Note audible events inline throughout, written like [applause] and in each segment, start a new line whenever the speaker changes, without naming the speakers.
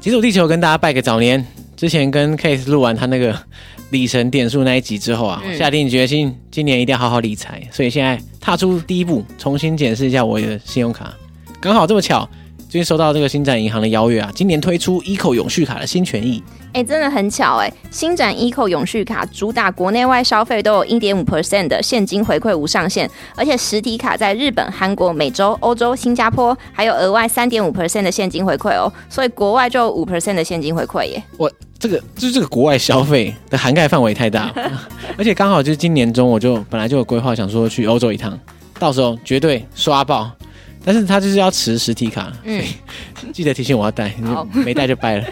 极速地球跟大家拜个早年。之前跟 Case 录完他那个里程点数那一集之后啊，
嗯
我下定决心今年一定要好好理财，所以现在踏出第一步，重新检视一下我的信用卡。刚好这么巧，最近收到这个星展银行的邀约啊，今年推出 eco 永续卡的新权益，
哎、真的很巧哎、新展 eco 永续卡主打国内外消费都有一点五 percent 的现金回馈无上限，而且实体卡在日本、韩国、美洲、欧洲、新加坡还有额外三点五 percent 的现金回馈哦，所以国外就有五 percent 的现金回馈耶。
这个就是这个国外消费的涵盖范围太
[laughs]
大了，而且刚好就是今年中我就本来就有规划，想说去欧洲一趟，到时候绝对刷爆。但是他就是要持实体卡，
嗯，
记得提醒我要带，你
好
[laughs] 没带就掰了。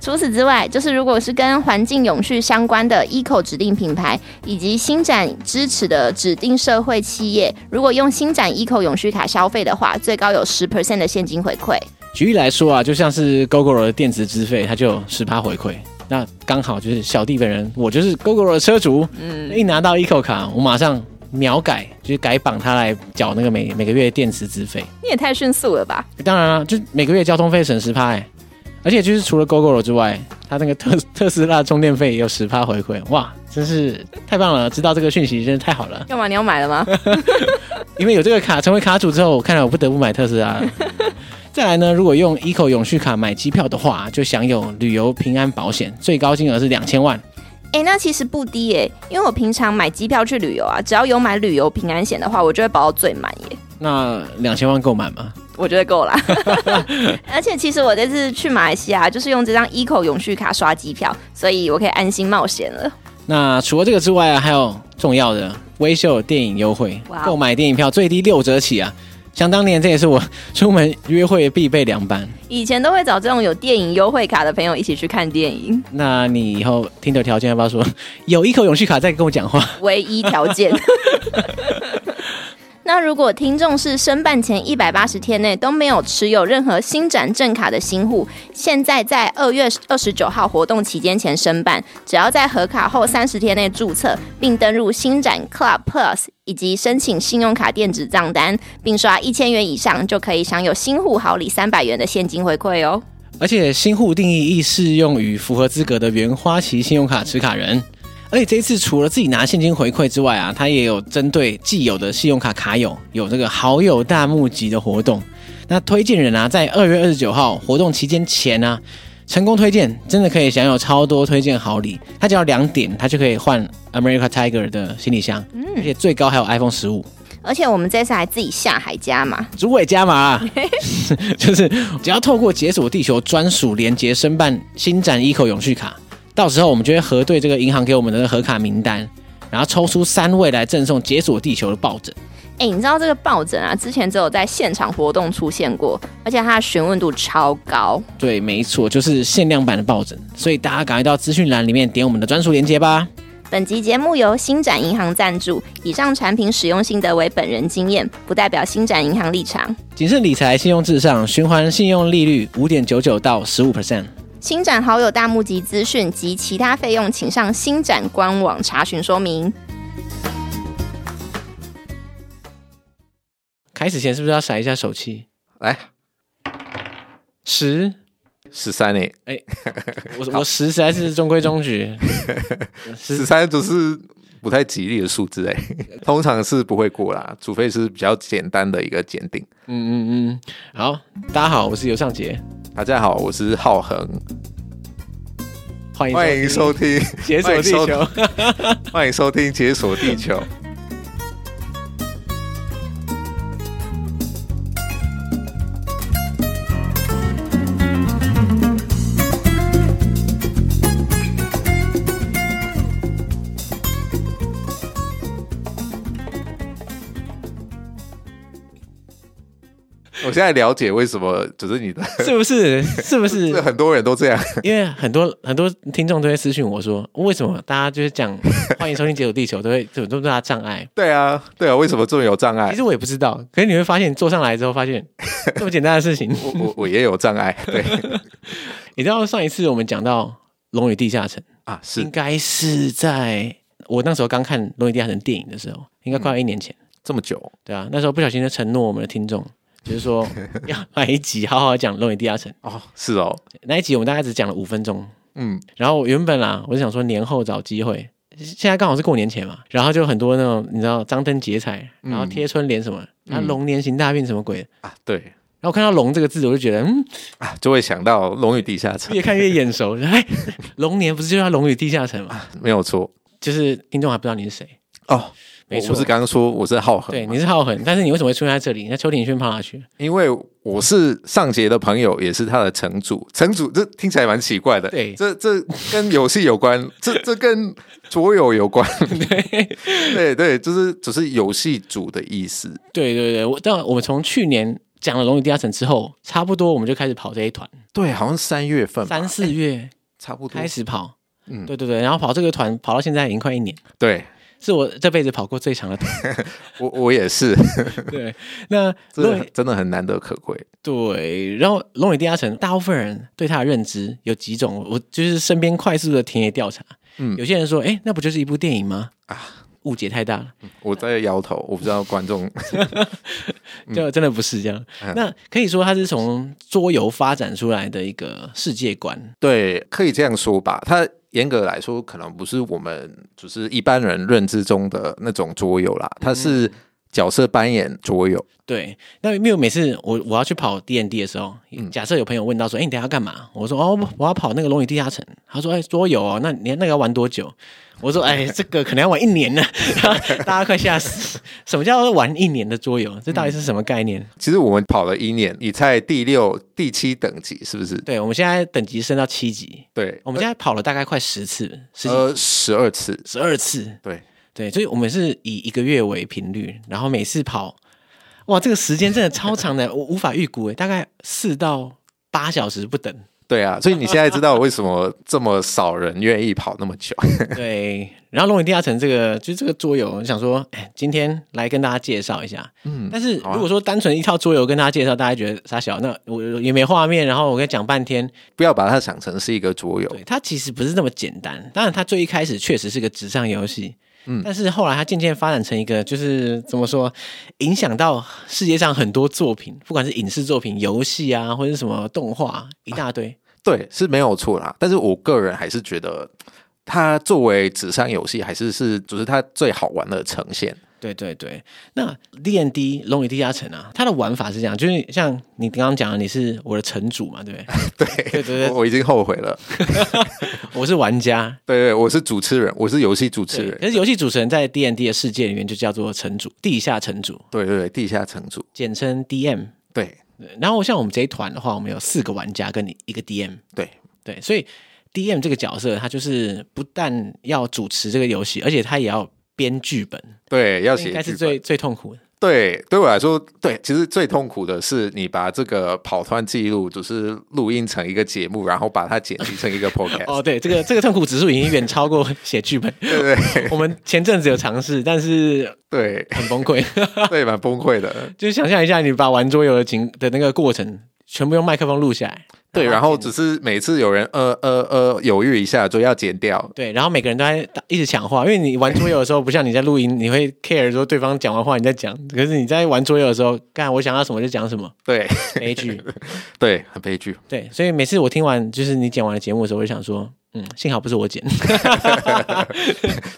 除此之外，就是如果是跟环境永续相关的 eco 指定品牌以及新展支持的指定社会企业，如果用新展 eco 永续卡消费的话，最高有十 percent 的现金回馈。
举例来说啊，就像是 GoGo 的电子资费，它就有十趴回馈。那刚好就是小弟本人，我就是 GoGo 的车主，
嗯
一拿到 Eco 卡，我马上秒改，就是改绑它来缴那个每每个月电池资费。
你也太迅速了吧！
当然啦、就每个月交通费省十趴哎，而且就是除了 GoGo 之外，它那个特 [laughs] 特斯拉的充电费也有十趴回馈，哇，真是太棒了！知道这个讯息真是太好了，
干嘛？你要买了吗？
因为有这个卡成为卡主之后，我看来我不得不买特斯拉了。 [laughs] 再来呢，如果用 Eco 永续卡买机票的话，就享有旅游平安保险，最高金额是两千万。
哎、那其实不低耶、因为我平常买机票去旅游啊，只要有买旅游平安险的话，我就会保到最满耶、
那两千万够买吗？
我觉得够啦。而且其实我这次去马来西亚，就是用这张 eco 永续卡刷机票，所以我可以安心冒险了。
那除了这个之外啊，还有重要的微秀电影优惠
哇，哦
购买电影票最低六折起啊！想当年，这也是我出门约会必备凉拌。
以前都会找这种有电影优惠卡的朋友一起去看电影，
那你以后听的条件要不要说有一口永续卡再跟我讲话？
唯一条件。那如果听众是申办前一百八十天内都没有持有任何新展证卡的新户，现在在二月二十九号活动期间前申办，只要在核卡后三十天内注册，并登入新展 Club Plus 以及申请信用卡电子账单，并刷一千元以上，就可以享有新户好礼三百元的现金回馈哦。
而且新户定义亦适用于符合资格的原花旗信用卡持卡人。而且这一次除了自己拿现金回馈之外啊，它也有针对既有的信用卡卡友有这个好友大募集的活动。那推荐人啊，在二月二十九号活动期间前啊，成功推荐真的可以享有超多推荐好礼。它只要两点，它就可以换 America Tiger 的行李箱，而且最高还有 iPhone 十五。
而且我们这次还自己下海加码，
主委加码、 [laughs] 啊，就是只要透过解锁地球专属连接申办新展 eco 永续卡，到时候我们就会核对这个银行给我们的核卡名单，然后抽出三位来赠送解锁地球的抱枕。
哎、你知道这个抱枕啊，之前只有在现场活动出现过，而且它的询问度超高。
对，没错，就是限量版的抱枕，所以大家赶快到资讯栏里面点我们的专属链接吧。
本集节目由新展银行赞助，以上产品使用心得为本人经验，不代表新展银行立场。
谨慎理财，信用至上，循环信用利率五点九九到十五 percent。
新展好友大募集资讯及其他费用，请上新展官网查询说明。
开始前是不是要甩一下手气？
来
十，
十三呢？
我我十实在是中规中矩。
十三都是不太吉利的数字 [laughs] 哎，通常是不会过啦，除非是比较简单的一个检定。
嗯嗯嗯，好，大家好，我是尤尚杰，
大家好，我是浩恒，
欢迎
欢迎收听
《解锁地球》
欢迎收。欢迎收听《解锁地球》。我现在了解为什么，就是你的，
是不是？是不是
[laughs] 是？很多人都这样。
因为很多很多听众都会私讯我说，为什么大家就是讲欢迎收听《解锁地球》都会这种这么大的障碍？
对啊，对啊，为什么这么有障
其
碍？
实我也不知道，可是你会发现你坐上来之后，发现这么简单的事情。
我我我也有障碍。对
你知道上一次我们讲到《龙与地下城
啊，》，
应
是
该是在我那时候刚看
嗯
《龙与地下城》电影的时候，应该快要一年前，
这么久。
对啊，那时候不小心的承诺我们的听众，就是
[laughs]
说要来一集好好讲《龙与地下城》
哦，是哦，
那一集，我们大概只讲了五分钟。
嗯，
然后原本啊，我是想说年后找机会，现在刚好是过年前嘛，然后就很多那种你知道张灯结彩，然后贴春联什么，然后龙年行大运什么鬼的。
啊，对
然后看到“龙”这个字，我就觉得，嗯， [laughs]
啊，就会想到《龙与地下城
越看越眼熟。 [laughs] 哎，龙年不是就叫“龙与地下城”嘛？》，
[laughs] 没有错
就是听众还不知道你是谁，
哦。
没
我
错
不是刚刚说我是浩恒
对，
吗，
你是浩恒，但是你为什么会出现在这里？那邱鼎轩跑哪去？
因为我是上杰的朋友，也是他的城主。城主这听起来蛮奇怪的，
对
这这跟游戏有关， [laughs] 这这跟桌游有关， [laughs] 对对对，就是只是游戏主的意思。
对对对，我但我们从去年讲了《龙与地下城》之后，差不多我们就开始跑这一团，
对，好像三月份吧
三四月
差不多
开始跑。
嗯
对对对，然后跑这个团跑到现在已经快一年，
对
是我这辈子跑过最长的团。
我我也 [laughs] 是，
对，那龙
这
与
真的很难得可贵。
对，然后《龙与地下城》大部分人对它的认知有几种，我就是身边快速的田野调查，
嗯
有些人说，哎，那不就是一部电影吗？啊，误解太大了。
我在摇头，我不知道观众
就真的不是这样。那可以说它是从桌游发展出来的一个世界观。
对，可以这样说吧。它严格来说，可能不是我们就是一般人认知中的那种桌游啦，它是
嗯
角色扮演桌游。
对，那因为每次我我要去跑 D N D 的时候，假设有朋友问到说：“哎、你等一下要干嘛？”我说：“哦，我要跑那个《龙与地下城》。”他说：“哎、桌游哦，那你那个要玩多久？”我说：“哎、这个可能要玩一年呢。” [laughs] 大家快吓死！什么叫玩一年的桌游？这到底是什么概念？
其实我们跑了一年，你在第六、第七等级是不是？
对，我们现在等级升到七级，
对，
我们现在跑了大概快十次，十几
呃十二次。
十二次，
对，
对，所以我们是以一个月为频率，然后每次跑，哇，这个时间真的超长的， [laughs] 我无法预估诶，欸大概四到八小时不等。
对啊，所以你现在知道为什么这么少人愿意跑那么久？ [laughs]
对，然后《龙与地下城》这个就是这个桌游，我想说，哎，今天来跟大家介绍一下。嗯，但是
好啊
如果说单纯一套桌游跟大家介绍，大家觉得傻小，那我也没画面，然后我跟你讲半天，
不要把它想成是一个桌游
对，，它其实不是那么简单。当然，它最一开始确实是个纸上游戏，嗯，但是后来它渐渐发展成一个，就是怎么说，影响到世界上很多作品，不管是影视作品、游戏啊，或者是什么动画，一大堆。
对，是没有错啦。但是我个人还是觉得，它作为纸上游戏，还是是就是它最好玩的呈现。
[laughs] 对对对，那 D N D 龙与地下城啊，它的玩法是这样，就是像你刚刚讲的，你是我的城主嘛，对不对？
对，
[laughs] 对对对
我我已经后悔了。
我是玩家，
对对，我是主持人，我是游戏主持
对。
人
可。是游戏主持人在 D N D 的世界里面就叫做城主，地下城主，
对对对，地下城主。
简称 D M。
对
对然后像我们这一团的话，我们有四个玩家跟你一个 DM，
对，
对，所以 DM 这个角色他就是不但要主持这个游戏，而且他也要编剧本，
对，要写
应该是
剧
最
本。
最痛苦的。
对，对我来说，对，其实最痛苦的是你把这个跑团记录，就是录音成一个节目，然后把它剪辑成 [laughs] 一个 podcast。
哦，对，这个这个痛苦指数已经远超过写剧本。
对 [laughs] 对
我们前阵子有尝试，但是
对
很崩溃。 [laughs]
对，蛮崩溃的。
就是想象一下，你把玩桌游的情的那个过程，全部用麦克风录下来。
[laughs] 对，然后只是每次有人呃呃呃犹豫一下，就要剪掉。
对，然后每个人都在打一直抢话，因为你玩桌游的时候，不像你在录音，你会 care 说对方讲完话你再讲，可是你在玩桌游的时候，干我想要什么就讲什么，
对 [laughs]
没一句。
对，很悲剧。
[laughs] 对，所以每次我听完就是你讲完的节目的时候，我就想说，嗯，幸好不是我剪，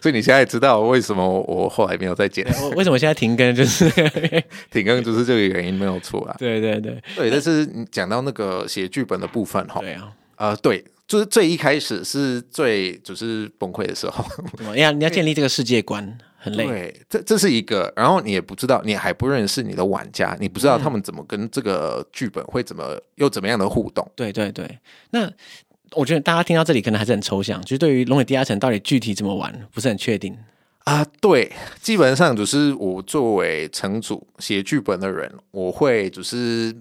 所以你现在知道为什么我后来没有再 [laughs] 剪
[laughs] 我为什么现在停更就是， [laughs]
停更，就是这个原因没有错啊。
对对对
对，但是你讲到那个写剧本的部分哈，
对啊，
呃，对，就是最一开始是最就是崩溃的时候，
怎么啊要你要建立这个世界观很累，
对，这这是一个，然后你也不知道，你还不认识你的玩家，你不
嗯
知道他们怎么跟这个剧本会怎么又怎么样的互动，
对对对，那。我觉得大家听到这里可能还是很抽象，就是对于《龙与地下城》到底具体怎么玩不是很确定。
啊，对，基本上就是我作为城主写剧本的人，我会就是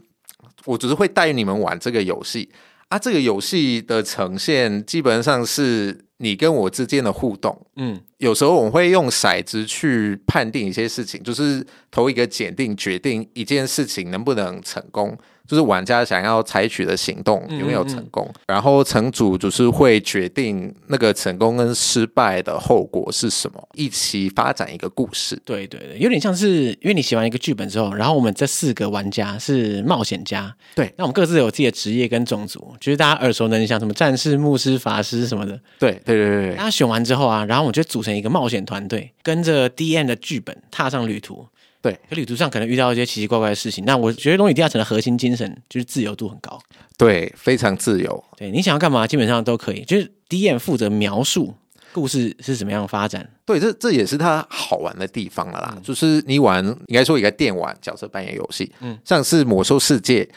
我只是会带你们玩这个游戏啊。这个游戏的呈现基本上是你跟我之间的互动，
嗯，
有时候我们会用骰子去判定一些事情，就是投一个检定，决定一件事情能不能成功。就是玩家想要采取的行动有没有成功，然后城主就是会决定那个成功跟失败的后果是什么，一起发展一个故事。
对对对，有点像是因为你写完一个剧本之后，然后我们这四个玩家是冒险家，
对
那我们各自有自己的职业跟种族，就是大家耳熟能详，什么战士、牧师、法师什么的。
对对对对
大
对
家选完之后啊，然后我们就组成一个冒险团队，跟着 DM 的剧本踏上旅途。
对，
可旅途上可能遇到一些奇奇怪怪的事情。那我觉得《龙与地下城》的核心精神就是自由度很高，
对，非常自由。
对你想要干嘛基本上都可以，就是 DM 负责描述故事是怎么样发展。
对，这这也是它好玩的地方了
嗯
啦。就是你玩，应该说一个电玩角色扮演游戏，嗯，像是魔兽世界，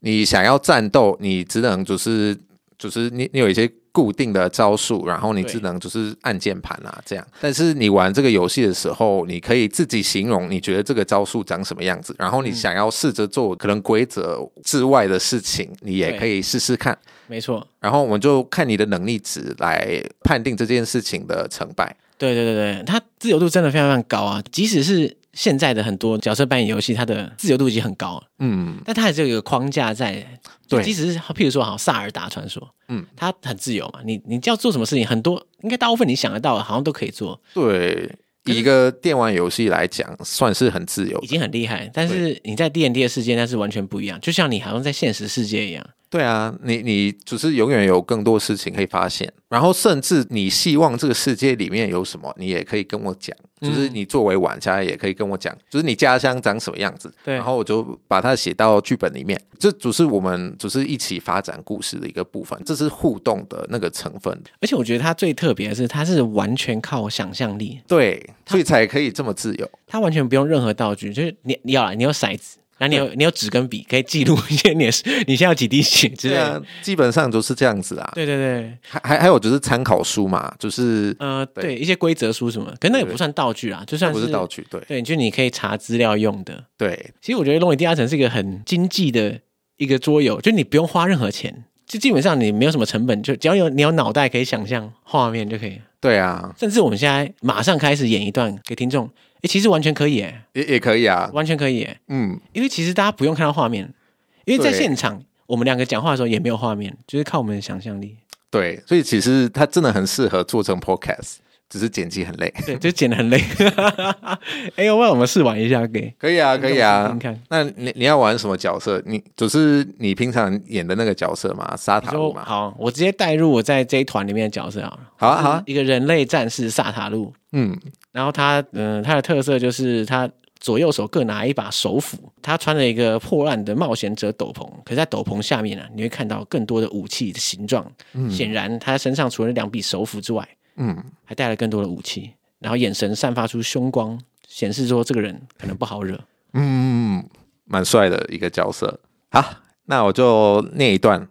你想要战斗，你只能就是就是你你有一些固定的招数，然后你
对
只能就是按键盘啊这样。但是你玩这个游戏的时候，你可以自己形容你觉得这个招数长什么样子，然后你
嗯
想要试着做可能规则之外的事情，你也
对
可以试试看。
没错，
然后我们就看你的能力值来判定这件事情的成败。
对对对对，它自由度真的非常非常高啊！即使是现在的很多角色扮演游戏，它的自由度已经很高了，
嗯，
但它还是有一个框架在。
对
即使是譬如说，好《萨尔达传说》，
嗯，
它很自由嘛，你你要做什么事情，很多应该大部分你想得到的，好像都可以做，
对，以一个电玩游戏来讲，算是很自由
已。经很厉害。但是你在 D N D 的世界，那是完全不一样，就像你好像在现实世界一样。
对啊，你你就是永远有更多事情可以发现，然后甚至你希望这个世界里面有什么，你也可以跟我讲。
嗯
就是你作为玩家也可以跟我讲，就是你家乡长什么样子，
对
然后我就把它写到剧本里面。这只是我们就是一起发展故事的一个部分，这是互动的那个成分。
而且我觉得它最特别的是，它是完全靠想象力，
对，所以才可以这么自由。
它完全不用任何道具，就是你你要啦，你有骰子，然后你有你有纸跟笔，可以记录一些你的 [laughs] 你现在有几滴血之类
对
的。
啊，基本上都是这样子啊。
对对对，
还还还有就是参考书嘛，就是
呃，
对
对一些规则书什么，可是那也
对
不算道具啦，就算
不是道，具，对
对，就你可以查资料用的。
对
其实我觉得《龙与地下城》是一个很经济的一个桌游，就你不用花任何钱，就基本上你没有什么成本，就只要有你有脑袋可以想象画面就可以了。
对啊，
甚至我们现在马上开始演一段给听众，诶，其实完全可以，诶，
也也可以啊，
完全可以，诶，
嗯，
因为其实大家不用看到画面，因为在
对
现场我们两个讲话的时候也没有画面，就是靠我们的想象力。
对，所以其实它真的很适合做成 podcast，只是剪辑很累。
对，就剪得很累。 [laughs] 哎、要不然我们试玩一下给。
可以啊，可以啊
听看。
那你你要玩什么角色？你就是你平常演的那个角色嘛，沙
你
塔
说
鲁嘛。
好，我直接带入我在这一团里面的角色好了。
好啊，好啊，
一个人类战士萨塔路，
嗯，
然后他嗯、他的特色就是他左右手各拿一把手斧，他穿了一个破烂的冒险者斗篷，可是在斗篷下面呢、啊，你会看到更多的武器的形状。显然他身上除了两柄手斧之外，
嗯，
还带了更多的武器，然后眼神散发出凶光，显示说这个人可能不好惹。
嗯，蛮帅的一个角色。好，那我就念一段。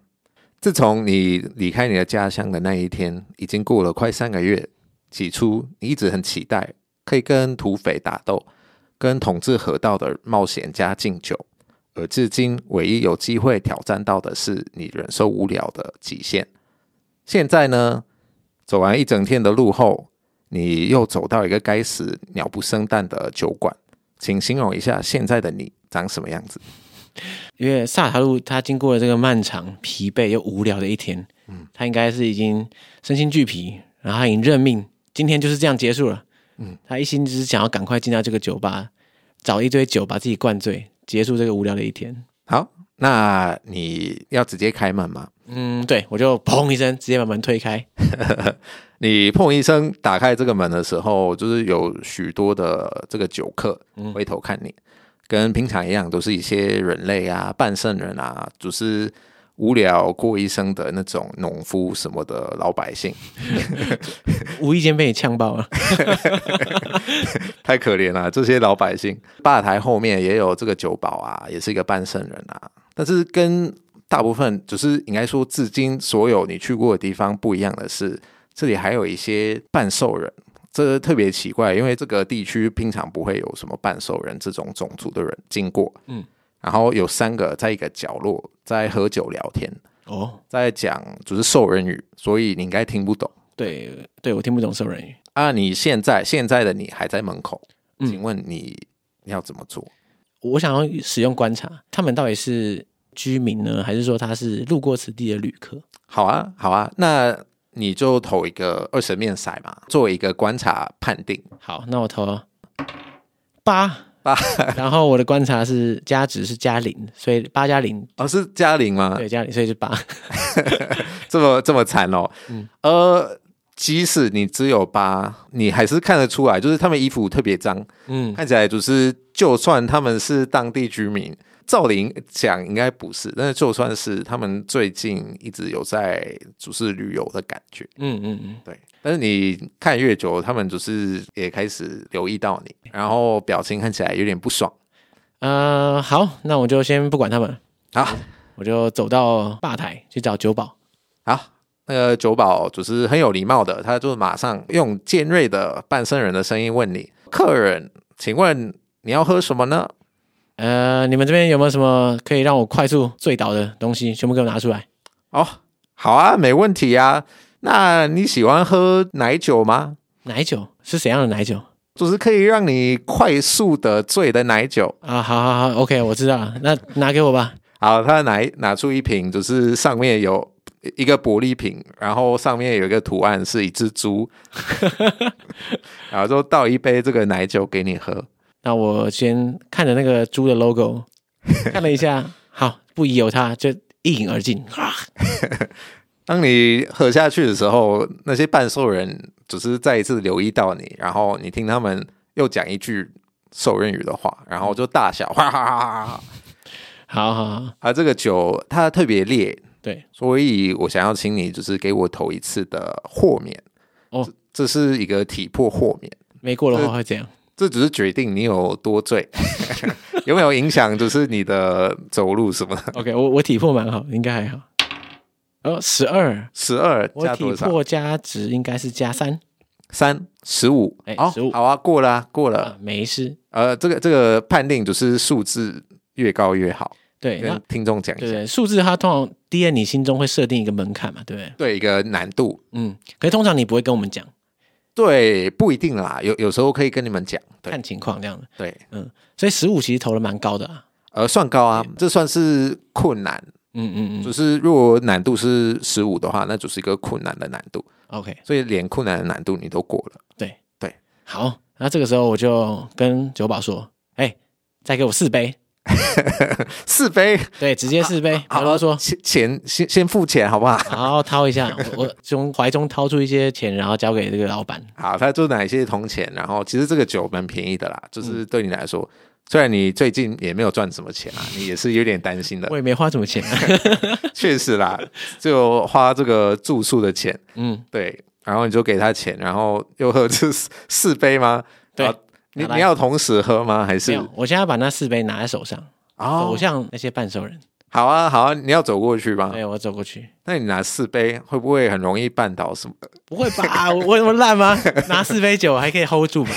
自从你离开你的家乡的那一天，已经过了快三个月。起初，你一直很期待可以跟土匪打斗，跟统治河道的冒险家敬酒，而至今唯一有机会挑战到的是你忍受无聊的极限。现在呢，走完一整天的路后，你又走到一个该死鸟不生蛋的酒馆。请形容一下现在的你长什么样子？
因为萨塔路他经过了这个漫长、疲惫又无聊的一天，嗯，他应该是已经身心俱疲，然后他已经认命，今天就是这样结束了。嗯，他一心只是想要赶快进到这个酒吧，找一堆酒把自己灌醉，结束这个无聊的一天。
好，那你要直接开门吗？
嗯，对，我就砰一声直接把门推开，
你砰一声打开这个门的时候，就是有许多的这个酒客回头看你，跟平常一样，都是一些人类啊、半圣人啊，就是无聊过一生的那种农夫什么的老百姓，
无意间被你呛爆了。
太可怜了。这些老百姓，吧台后面也有这个酒保啊，也是一个半圣人啊，但是跟大部分就是应该说，至今所有你去过的地方不一样的是，这里还有一些半兽人，这特别奇怪，因为这个地区平常不会有什么半兽人这种种族的人经过。
嗯，
然后有三个在一个角落在喝酒聊天，
哦，
在讲就是兽人语，所以你应该听不懂。
对对，我听不懂兽人语。
啊，你现在现在的你还在门口，
嗯
请问你要怎么做？
我想要使用观察，他们到底是居民呢，还是说他是路过此地的旅客？
好啊，好啊，那你就投一个二十面骰嘛，作为一个观察判定。
好，那我投八
八，
然后我的观察是加值是加零，所以八加零，
哦，是嘉玲吗？
对，加零，所以是八。
这么这么惨哦。呃，即使你只有八，你还是看得出来，就是他们衣服特别脏，
嗯，
看起来就是就算他们是当地居民，照理讲应该不是，但是就算是他们最近一直有在就是旅游的感觉，
嗯嗯嗯，
对。但是你看越久，他们就是也开始留意到你，然后表情看起来有点不爽。
呃，好，那我就先不管他们了，
好，
我就走到吧台去找酒保。
好，那个酒保就是很有礼貌的，他就马上用尖锐的半生人的声音问你：“客人，请问你要喝什么呢
呃，你们这边有没有什么可以让我快速醉倒的东西？全部给我拿出来。？”
哦，好啊，没问题啊。那你喜欢喝奶酒吗？
奶酒是怎样的奶酒
就是可以让你快速的醉的奶酒。
啊？好好好，OK，我知道了，那拿给我吧。
好，他拿拿出一瓶，就是上面有一个玻璃瓶，然后上面有一个图案是一只
[laughs]
猪，然后就倒一杯这个奶酒给你喝。
那我先看着那个猪的 logo，看了一下，好，不疑有他，就一饮而尽。啊
当你喝下去的时候，那些半兽人只是再一次留意到你，然后你听他们又讲一句兽人语的话，然后就大笑，哈哈哈哈哈哈！
好好好，
啊，这个酒它特别烈，
对，
所以我想要请你就是给我投一次的豁免
哦
这这是一个体魄豁免，
没过的话会怎样？
这只是决定你有多
[laughs]
醉，有没有影响就是你的走路什么的。
OK，我我体魄蛮好，应该还好。哦，十二，
十二
我
加
体
多少？
魄加值应该是加三
三十五
哎，
好
15
好啊，过了啊，过了。
啊，没事。
呃，这个这个判定就是数字越高越好，
对，哎那
跟听众讲一
对
下，
对，数字它通常低在你心中会设定一个门槛嘛，对不对？
对一个难度，
嗯，可是通常你不会跟我们讲，
对不一定啦，有有时候可以跟你们讲，对
看情况这样的。
对，
所以十五其实投的蛮高的啊。
呃，算高啊，这算是困难，
嗯嗯嗯
就是如果难度是十五的话，那就是一个困难的难度，
，OK，
所以连困难的难度你都过了，
对
对，
好。那这个时候我就跟酒保说：“哎、再给我四杯。
四杯，”
对，直接四杯，
好
不要啰嗦。
钱钱先先付钱好不 [laughs] 好？
然后掏一下，我我从怀中掏出一些钱，然后交给这个老
[laughs]
板。
好，他就拿一些铜钱，然后其实这个酒蛮便宜的啦，
嗯
就是对你来说。虽然你最近也没有赚什么钱
[laughs]
啊，你也是有点担心的
我。也没花什么钱、啊
[laughs] 确实啦，就花这个住宿的钱，
嗯，
对，然后你就给他钱，然后又喝这 [laughs] 四四杯吗？
对
啊你
拿来
你要同时喝吗？还
没
是
有。我现在把那四杯拿在手上，
哦
走，向那些半熟人。
好啊，好啊，你要走过去吗？
对我走过去，
那你拿四杯会不会很容易绊倒什么的？
不会吧？啊我我有那么烂
[laughs]
吗？拿四杯酒还可以 hold 住吧？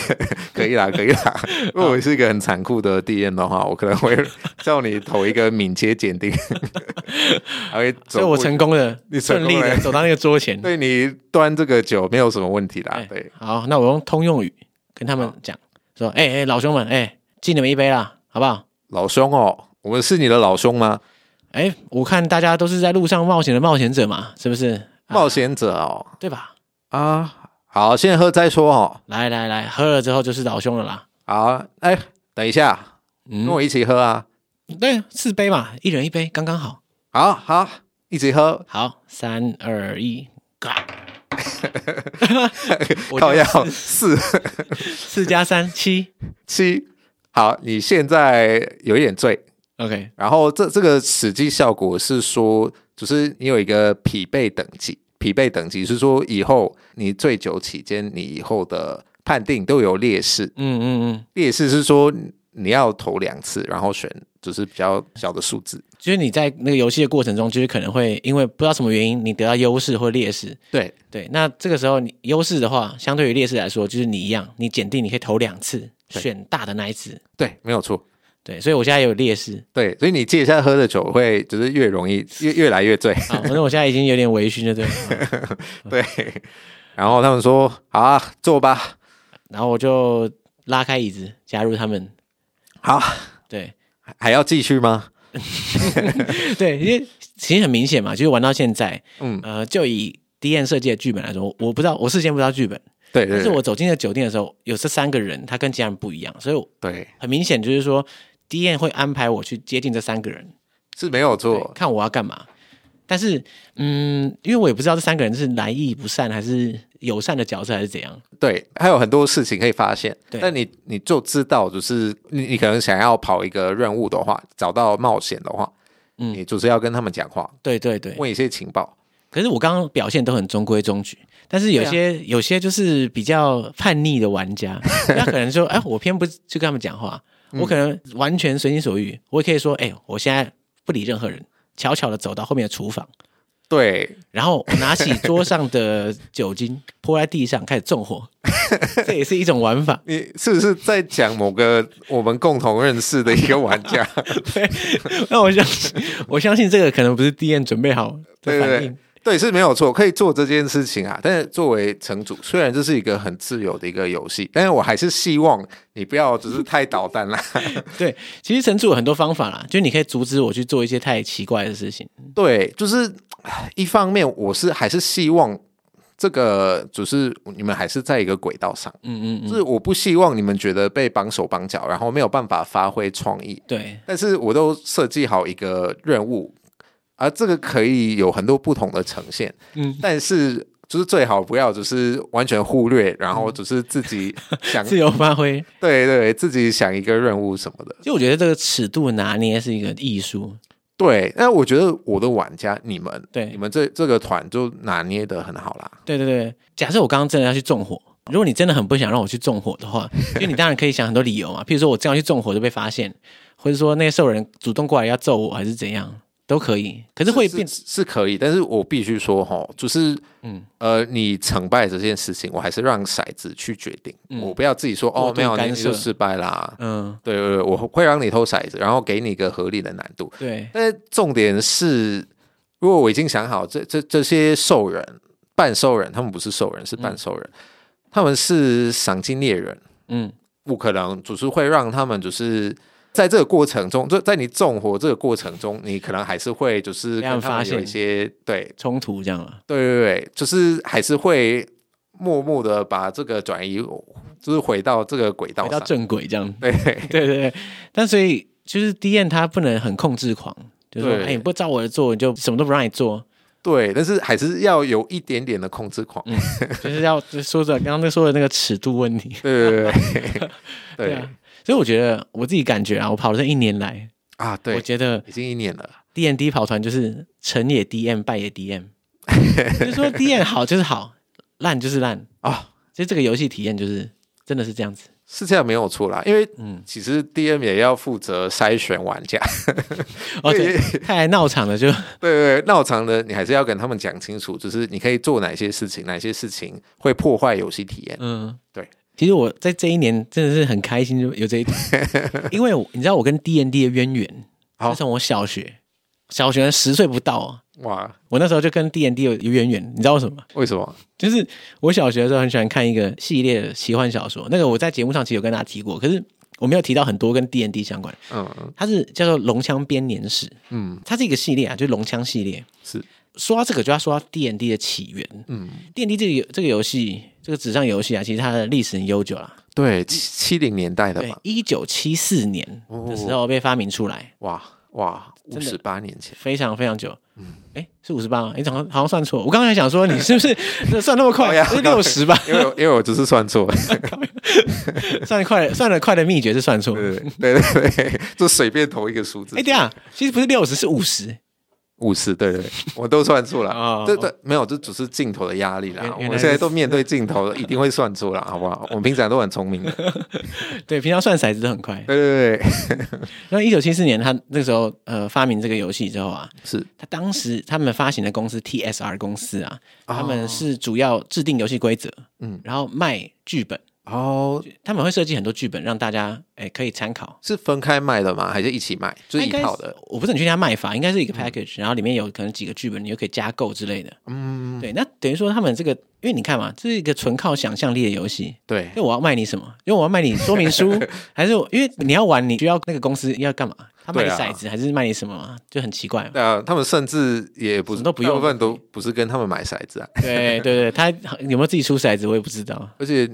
可以
[laughs]
啦，可以啦。如果我是一个很残酷的 DM 的话，我可能会叫你投一个敏捷
[laughs]
鉴定，还会走
所以我
过去
成功的
你成
顺
功
利的
了
走到那个桌前。
对啊你端这个酒没有什么问题啦
哎，
对，
好，那我用通用语跟他们讲，
啊
说：“哎、哎、老兄们，哎、敬你们一杯啦，好不好？
老兄哦，我们是你的老兄吗？
哎、我看大家都是在路上冒险的冒险者嘛，是不是？
冒险者哦，
对吧？
啊，好，先喝再说哦。
来来来，喝了之后就是老兄了啦。
好，哎，等一下，
嗯
跟，我一起喝啊。
对，四杯嘛，一人一杯，刚刚好。
好好，一起喝。
好，三二一，嘎！
[laughs]
我
靠
就
要四
四加三七
七。好，你现在有一点醉，
，OK，
然后这这个实际效果是说，就是你有一个疲惫等级，疲惫等级是说以后你醉酒期间，你以后的判定都有劣势。
嗯嗯嗯，
劣势是说你要投两次，然后选就是比较小的数字。
就是你在那个游戏的过程中，就是可能会因为不知道什么原因，你得到优势或劣势。
对，
对，那这个时候你优势的话，相对于劣势来说，就是你一样，你检定你可以投两次，
对
选大的那一次。
对，没有错。
对，所以我现在有劣势
对，所以你借一下喝的酒会就是越容易越越来越醉，
[laughs] 啊，反正我现在已经有点微醺了，对了。嗯
对。然后他们说：“好啊，坐吧。
然后我就拉开椅子，加入他们。
好，
对，
还要继续吗？
[laughs] 对，因为其实很明显嘛，就是玩到现在，
嗯，
呃，就以 D N 设计的剧本来说，我不知道，我事先不知道剧本，
对
但
对
是
对
我走进了酒店的时候，有这三个人，他跟其他人不一样，所以
对
很明显就是说 D N 会安排我去接近这三个人，
是没有
对
错，
看我要干嘛。但是，嗯，因为我也不知道这三个人是来意不善，还是友善的角色，还是怎样。
对，还有很多事情可以发现。
对
但你你就知道，就是你你可能想要跑一个任务的话，找到冒险的话，
嗯
你就是要跟他们讲话，
对对对。
问一些情报。
可是我刚刚表现都很中规中矩，但是有
啊
些、有些就是比较叛逆的玩
[laughs]
家，他可能说：“哎，我偏不去跟他们讲话，
嗯
我可能完全随心所欲。我也可以说：‘哎，我现在不理任何人，悄悄的走到后面的厨房，
对，
然后我拿起桌上的酒精 [laughs] 泼在地上，开始纵
[laughs]
火。’这也是一种玩法。
你是不是在讲某个我们共同认识的一个玩
[laughs]
家？
那我相
[laughs]
信，我相信这个可能不是 D N 准备好的
对
反应。
对对，对是没有错，可以做这件事情啊。但是作为城主，虽然这是一个很自由的一个游戏，但是我还是希望你不要只是太捣蛋啦。
对，其实陈主有很多方法啦，就是你可以阻止我去做一些太奇怪的事情。
对，就是唉一方面，我是还是希望这个，就是你们还是在一个轨道上，
嗯嗯嗯，
就是我不希望你们觉得被绑手绑脚，然后没有办法发挥创意。
对
但是我都设计好一个任务，而这个可以有很多不同的呈现。
嗯，
但是就是最好不要就是完全忽略，然后只是
[laughs]
自己想，
嗯自由发挥。
对对，自己想一个任务什么的。
其实我觉得这个尺度拿捏是一个艺术。
对，那我觉得我的玩家，你们，
对
你们这这个团就拿捏的很好啦。
对对对，假设我刚刚真的要去纵火，如果你真的很不想让我去纵火的话， [laughs] 因为你当然可以想很多理由嘛，譬如说我这样去纵火就被发现，或者说那个兽人主动过来要揍我，还是怎样，都可以。可是会
是
变，
是是可以，但是我必须说哈，就是
嗯
嗯呃，你成败这件事情，我还是让骰子去决定，
嗯
我不要自己说
过
哦
度
没有
干
你你
涉
就失败啦。
嗯，
对对对，我会让你投骰子，然后给你一个合理的难度。
对，
但是重点是，如果我已经想好这这这些兽人、半兽人，他们不是兽人，是半兽人，他们是赏金猎人，
嗯，
不可能只是会让他们就是。在这个过程中，就在你纵火这个过程中，你可能还是会就是
被他
跟
们
他
发
们有
现
一些对
冲突这样啊了。
对对对，就是还是会默默的把这个转移，就是回到这个轨道
回到
上。
正轨这样。
对
[laughs] 对对对，但所以就是 D N 他不能很控制狂，就是说，
对
哎，你不照我的做，你就什么都不让你做， [laughs]
对，但是还是要有一点点的控制狂。
嗯就是要就是说着刚刚那说的那个尺度问题。
对对对
[laughs]
对对
啊，所以我觉得我自己感觉啊，我跑了这一年来，
啊，
我
对，
觉得
已经一年了。
D N D 跑团就是成也 D N，败也 D
[laughs]
N，就是说 D N 好就是好，烂就是烂
啊，
其实这个游戏体验就是真的是这样子。
是这样没有错啦，因为
嗯
其实 DM 也要负责筛选玩家，
哦，对，太来闹场了就
对对对，闹场的你还是要跟他们讲清楚，就是你可以做哪些事情，哪些事情会破坏游戏体验。
嗯，
对。
其实我在这一年真的是很开心，就有这一
[laughs]
天，因为我你知道我跟 D N D 的渊源，
好
是从我小学，小学十岁不到、哦，
哇，
我那时候就跟 D N D 有有渊源，你知道为什么吗？
为什么？
就是我小学的时候很喜欢看一个系列的奇幻小说，那个我在节目上其实有跟大家提过，可是我没有提到很多跟 D N D 相关，
嗯
它是叫做《龙枪编年史》，
嗯，
它是一个系列啊，就是龙枪系列。
是
说到这个，就要说到 D N D 的起源。
嗯，
D N D 这个游这个游戏，这个纸上游戏啊，其实它的历史很悠久啦。
对，七七零年代的
对
嘛，，
一九七四年
哦
的时候被发明出来，
哇哇，五
真的
十八年前，
非常非常久。
嗯
哎、是五十八吗？你好像好像算错。我刚才想说你是 [laughs] 不是这算那么
哦
快？是六十吧？
因为我因为我只是算错，
算快算得快的秘诀是算错。
对对对对对，就随便投一个数字
哎、，对啊，其实不是六十，是五十。
五十，对对对，我都算错
哦
了。对对，没有，这只是镜头的压力啦
原。原
我
来
现在
如此
都面对镜头，一定会算错啦，好不好？我们平常都很聪明的。
对，平常算骰子都很快。
对对对，
然后一九七四年，他那时候呃发明这个游戏之后啊，
是
他当时他们发行的公司 TSR 公司啊，
哦
他们是主要制定游戏规则，
嗯
然后卖剧本，
哦，
他们会设计很多剧本让大家哎可以参考。
是分开卖的吗？还是一起卖？就是
应
一
该
套的。
我不是很确定它卖法，应该是一个 package，、然后里面有可能几个剧本，你就可以加购之类的。
嗯，
对，那等于说他们这个，因为你看嘛，这是一个纯靠想象力的游戏。
对 [laughs]
因为我要卖你什么？因为我要卖你说明书，还是我因为你要玩，你需要那个公司要干嘛？他卖你
对啊
骰子还是卖你什么啊？就很奇怪嘛。
呃，他们甚至也不
什么
是
都不用
大部分都不是跟他们买骰子啊。
对对对，他有没有自己出骰子我也不知道。
而且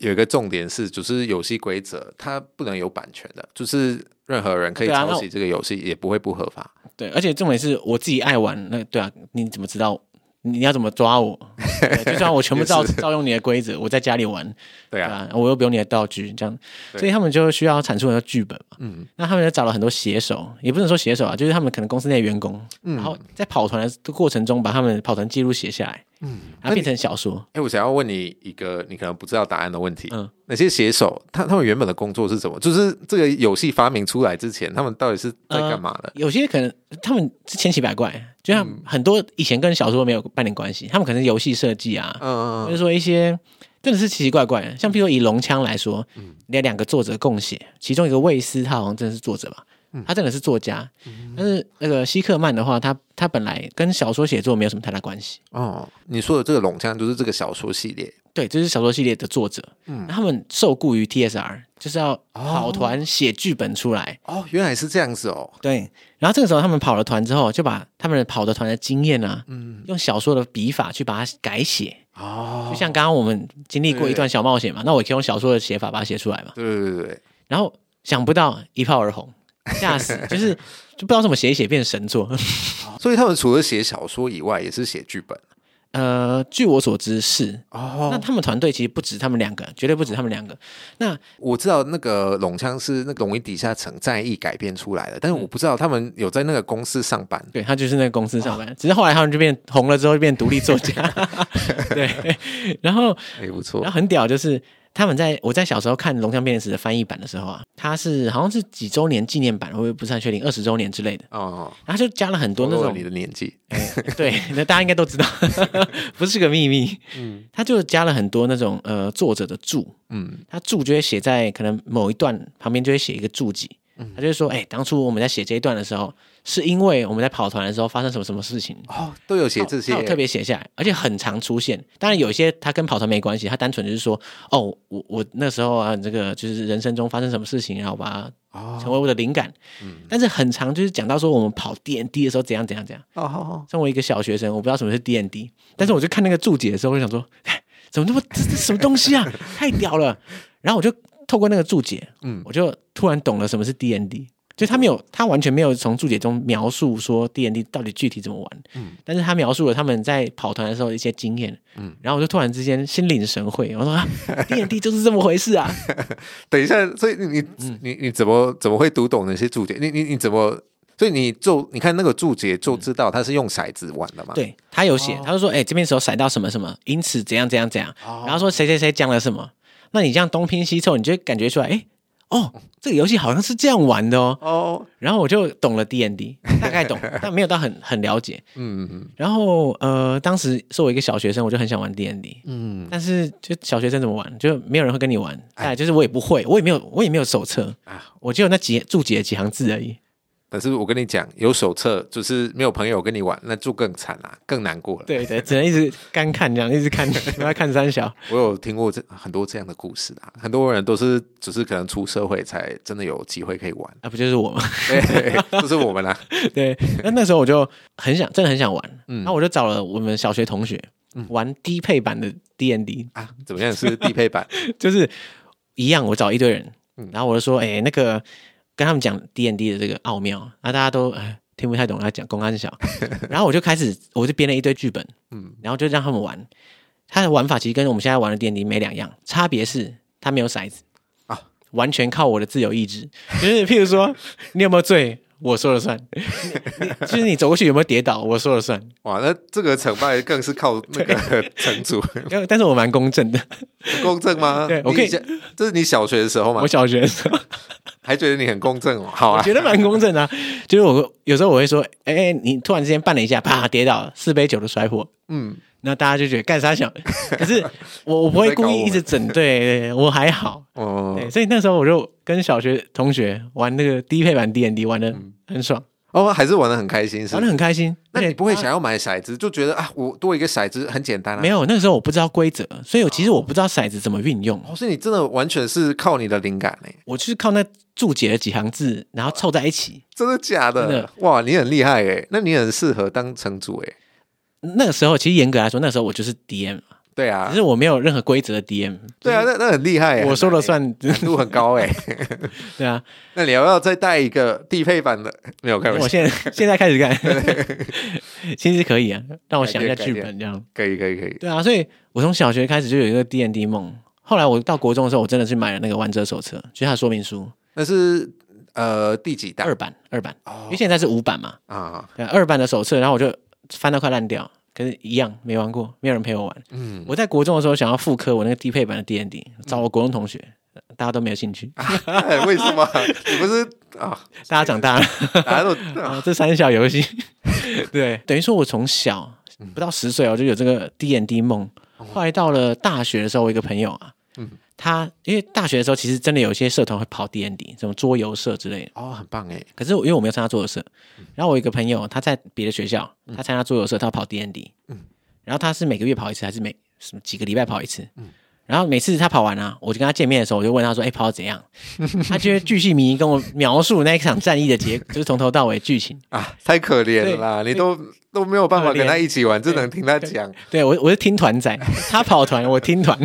有一个重点是，就是游戏规则它不能有版权的，就是任何人可以
对啊那
抄
我
袭这个游戏，也不会不合法。
对，而且重点是我自己爱玩，那对啊，你怎么知道？你要怎么抓我？对就算我全部照
[laughs] 也是
照用你的规则，我在家里玩，对
对啊，
啊，我又不用你的道具，这样，
对
所以他们就需要产出很多剧本嘛。
嗯，
那他们就找了很多写手，也不能说写手啊，就是他们可能公司内的员工，
嗯
然后在跑团的过程中把他们跑团记录写下来，嗯，然后变成小说。
哎、我想要问你一个你可能不知道答案的问题。
嗯
嗯，那些写手他他们原本的工作是什么？就是这个游戏发明出来之前，他们到底是在
嗯
干嘛的？
有些可能他们是千奇百怪，就像
嗯
很多以前跟小说没有半点关系，他们可能是游戏设计啊，
嗯
或
嗯
者说一些真的是奇奇怪怪的。像譬如以《龙枪》来说，
嗯
那两个作者共写，其中一个卫斯他好像真的是作者吧，
嗯
他真的是作家。但是那个希克曼的话，他他本来跟小说写作没有什么太大关系。
嗯，哦，你说的这个龙枪就是这个小说系列。
对，这是小说系列的作者，
嗯
那他们受雇于 TSR，就是要跑团写剧本出来。
哦，原来是这样子哦。
对，然后这个时候他们跑了团之后，就把他们跑的团的经验啊，用小说的笔法去把它改写。
嗯哦
就，像刚刚我们经历过一
对
段小冒险嘛，那我也可以用小说的写法把它写出来嘛。
对对对对，
然后想不到一炮而红，吓死！就是就不知道怎么写一写变神作。 [laughs]
所以他们除了写小说以外，也是写剧本。
呃，据我所知是。
哦
那他们团队其实不止他们两个，绝对不止他们两个。那
我知道那个龙枪是那个龙一地下城战役改编出来的，
嗯
但是我不知道他们有在那个公司上班。
对他就是那个公司上班，只是后来他们就变红了之后就变独立作家。对，然后
哎，不错
然后很屌，就是他们在我在小时候看《龙江变脸史》的翻译版的时候啊，它是好像是几周年纪念版，我也不是很确定，二十周年之类的。
哦，
然后就加了很多
透
那
露了
种
你的年纪，
[laughs] 对，那大家应该都知道， [laughs] 不是个秘密。嗯，他就加了很多那种呃作者的注，
嗯，
他注就会写在可能某一段旁边就会写一个注记，
嗯
他就会说，哎、当初我们在写这一段的时候，是因为我们在跑团的时候发生什么什么事情，
哦，都有写这些
他有特别写下来，而且很常出现。当然有一些他跟跑团没关系，他单纯就是说，哦，我我那时候啊，这个就是人生中发生什么事情，然后我把它
哦嗯
成为我的灵感。但是很常就是讲到说我们跑 D N D 的时候怎样怎样怎样。
哦哦
身为一个小学生，我不知道什么是 D N D，但是我就看那个注解的时候，我就想说，哎怎么那么这这什么东西啊， [laughs] 太屌了。然后我就透过那个注解，嗯
嗯，
我就突然懂了什么是 D N D。就他没有，他完全没有从注解中描述说 D N D 到底具体怎么玩，嗯，但是他描述了他们在跑团的时候的一些经验，嗯，然后我就突然之间心领神会，我说、 [laughs] 啊、D N D 就是这么回事 [laughs] 啊，
哦，等一下，所以你你
嗯
你你怎么怎么会读懂那些注解？你你你怎么？所以你就你看那个注解就知道他是用骰子玩的嘛？，
嗯对他有写，他就说，哎、这边时候甩到什么什么，因此怎样怎样怎样，
哦
然后说谁谁谁讲了什么，那你这样东拼西凑，你就会感觉出来，哎、哦，这个游戏好像是这样玩的哦，
哦，
然后我就懂了 D N D，大概懂，但没有到很很了解。
嗯嗯
然后呃，当时作为一个小学生，我就很想玩 D N D，
嗯，
但是就小学生怎么玩，就没有人会跟你玩，哎，就是我也不会，我也没有，我也没有手册
啊
我只有那几注解几行字而已。
但是我跟你讲，有手册就是没有朋友跟你玩，那就更惨啦、更难过了。，
对对，只能一直干看这样，一直看，不要看三小。，
我有听过这很多这样的故事啊，很多人都是只是可能出社会才真的有机会可以玩
[laughs] 啊，不就是我吗？
对，就是我们啦、
对，那那时候我就很想，真的很想玩，
嗯
然后我就找了我们小学同学、玩低配版的 D N D，
啊，怎么样是低配
[laughs]
版？
就是一样，我找一堆人，
嗯
然后我就说，哎、那个跟他们讲 D N D 的这个奥妙，啊，大家都哎听不太懂他讲公安小，
[laughs]
然后我就开始，我就编了一堆剧本，嗯
嗯，
然后就让他们玩，他的玩法其实跟我们现在玩的 D N D 没两样，差别是他没有骰子
啊
完全靠我的自由意志， [laughs] 就是譬如说你有没有醉。我说了算， [laughs] 你你就是你走过去有没有跌倒，我说了算。 [laughs]
哇，那这个成败更是靠那个城主
因为但是我蛮公正的，
公正吗？
对我可以
你以前，这是你小学的时候嘛
我，小学的时候
还觉得你很公正哦。好
我
啊，
觉得蛮公正的啊、就是我有时候我会说，哎、哎你突然之间绊了一下，啪跌倒了，四杯酒的甩火，
嗯，
那大家就觉得干啥
[laughs]
想？可是我我不会故意一直整，对对对我还好。
哦
对，所以那时候我就跟小学同学玩那个低配版 D N D 玩的很爽，
哦，还是玩的很开嗯心，是
玩
不
的
是？
很开心。
那
而
你
且
不会
它
想要买骰子，就觉得啊，我多一个骰子很简单啊？
没
有，
有，那个时候我不知道规则，所以我其实我不知道骰子怎么运用。
哦，所以你真的完全是靠你的灵感欸嘞、
我就是靠那注解的几行字，然后凑在一起。
真的假的？
真的
哇，你很厉害哎、那你很适合当城主哎、
那个时候其实严格来说，那时候我就是 DM，
对
只
啊
是，我没有任何规则的 DM。
对啊，那那很厉害、欸，
我说了算， [laughs]
难度很高哎、
对啊，
那你要不要再带一个低配版的？没有开玩
我
笑，
现在现在开始
[laughs]
干，其实可以啊，让我想一下
改天
剧本这样。
可以可以可以。
对啊，所以我从小学开始就有一个 D N D 梦，后来我到国中的时候，我真的去买了那个玩者手册，就是它的说明书
那是呃第几代
二版，二版，因
哦
为现在是五版嘛，
啊？
对啊、二版的手册，然后我就翻到快烂掉，可是一样没玩过，没有人陪我玩。
嗯，
我在国中的时候想要复刻我那个低配版的 D N D，找我国中同学，
啊
大家都没有兴趣，
[laughs] 哎为什么你不是啊？
大家长大了，
大家都
啊
啊
这三小 [laughs] 游戏，对，等于说我从小不到十岁哦，我就有这个 D N D 梦。后来到了大学的时候，我一个朋友啊，
嗯
他因为大学的时候其实真的有一些社团会跑 D N D，什么桌游社之类的。
哦，很棒哎，
可是我因为我没有参加桌游社，然后我有一个朋友他在别的学校，他参加桌游社，他要跑 D N D，
嗯
然后他是每个月跑一次，还是每什么几个礼拜跑一次
嗯？
然后每次他跑完啊，我就跟他见面的时候，我就问他说：“哎、跑得怎样？”他就会巨细靡遗跟我描述那一场战役的结，就是从头到尾剧情。
啊，太可怜了啦，你都都没有办法
可怜
跟他一起玩，只能听他讲。
对我我是听团仔，他跑团，我听团。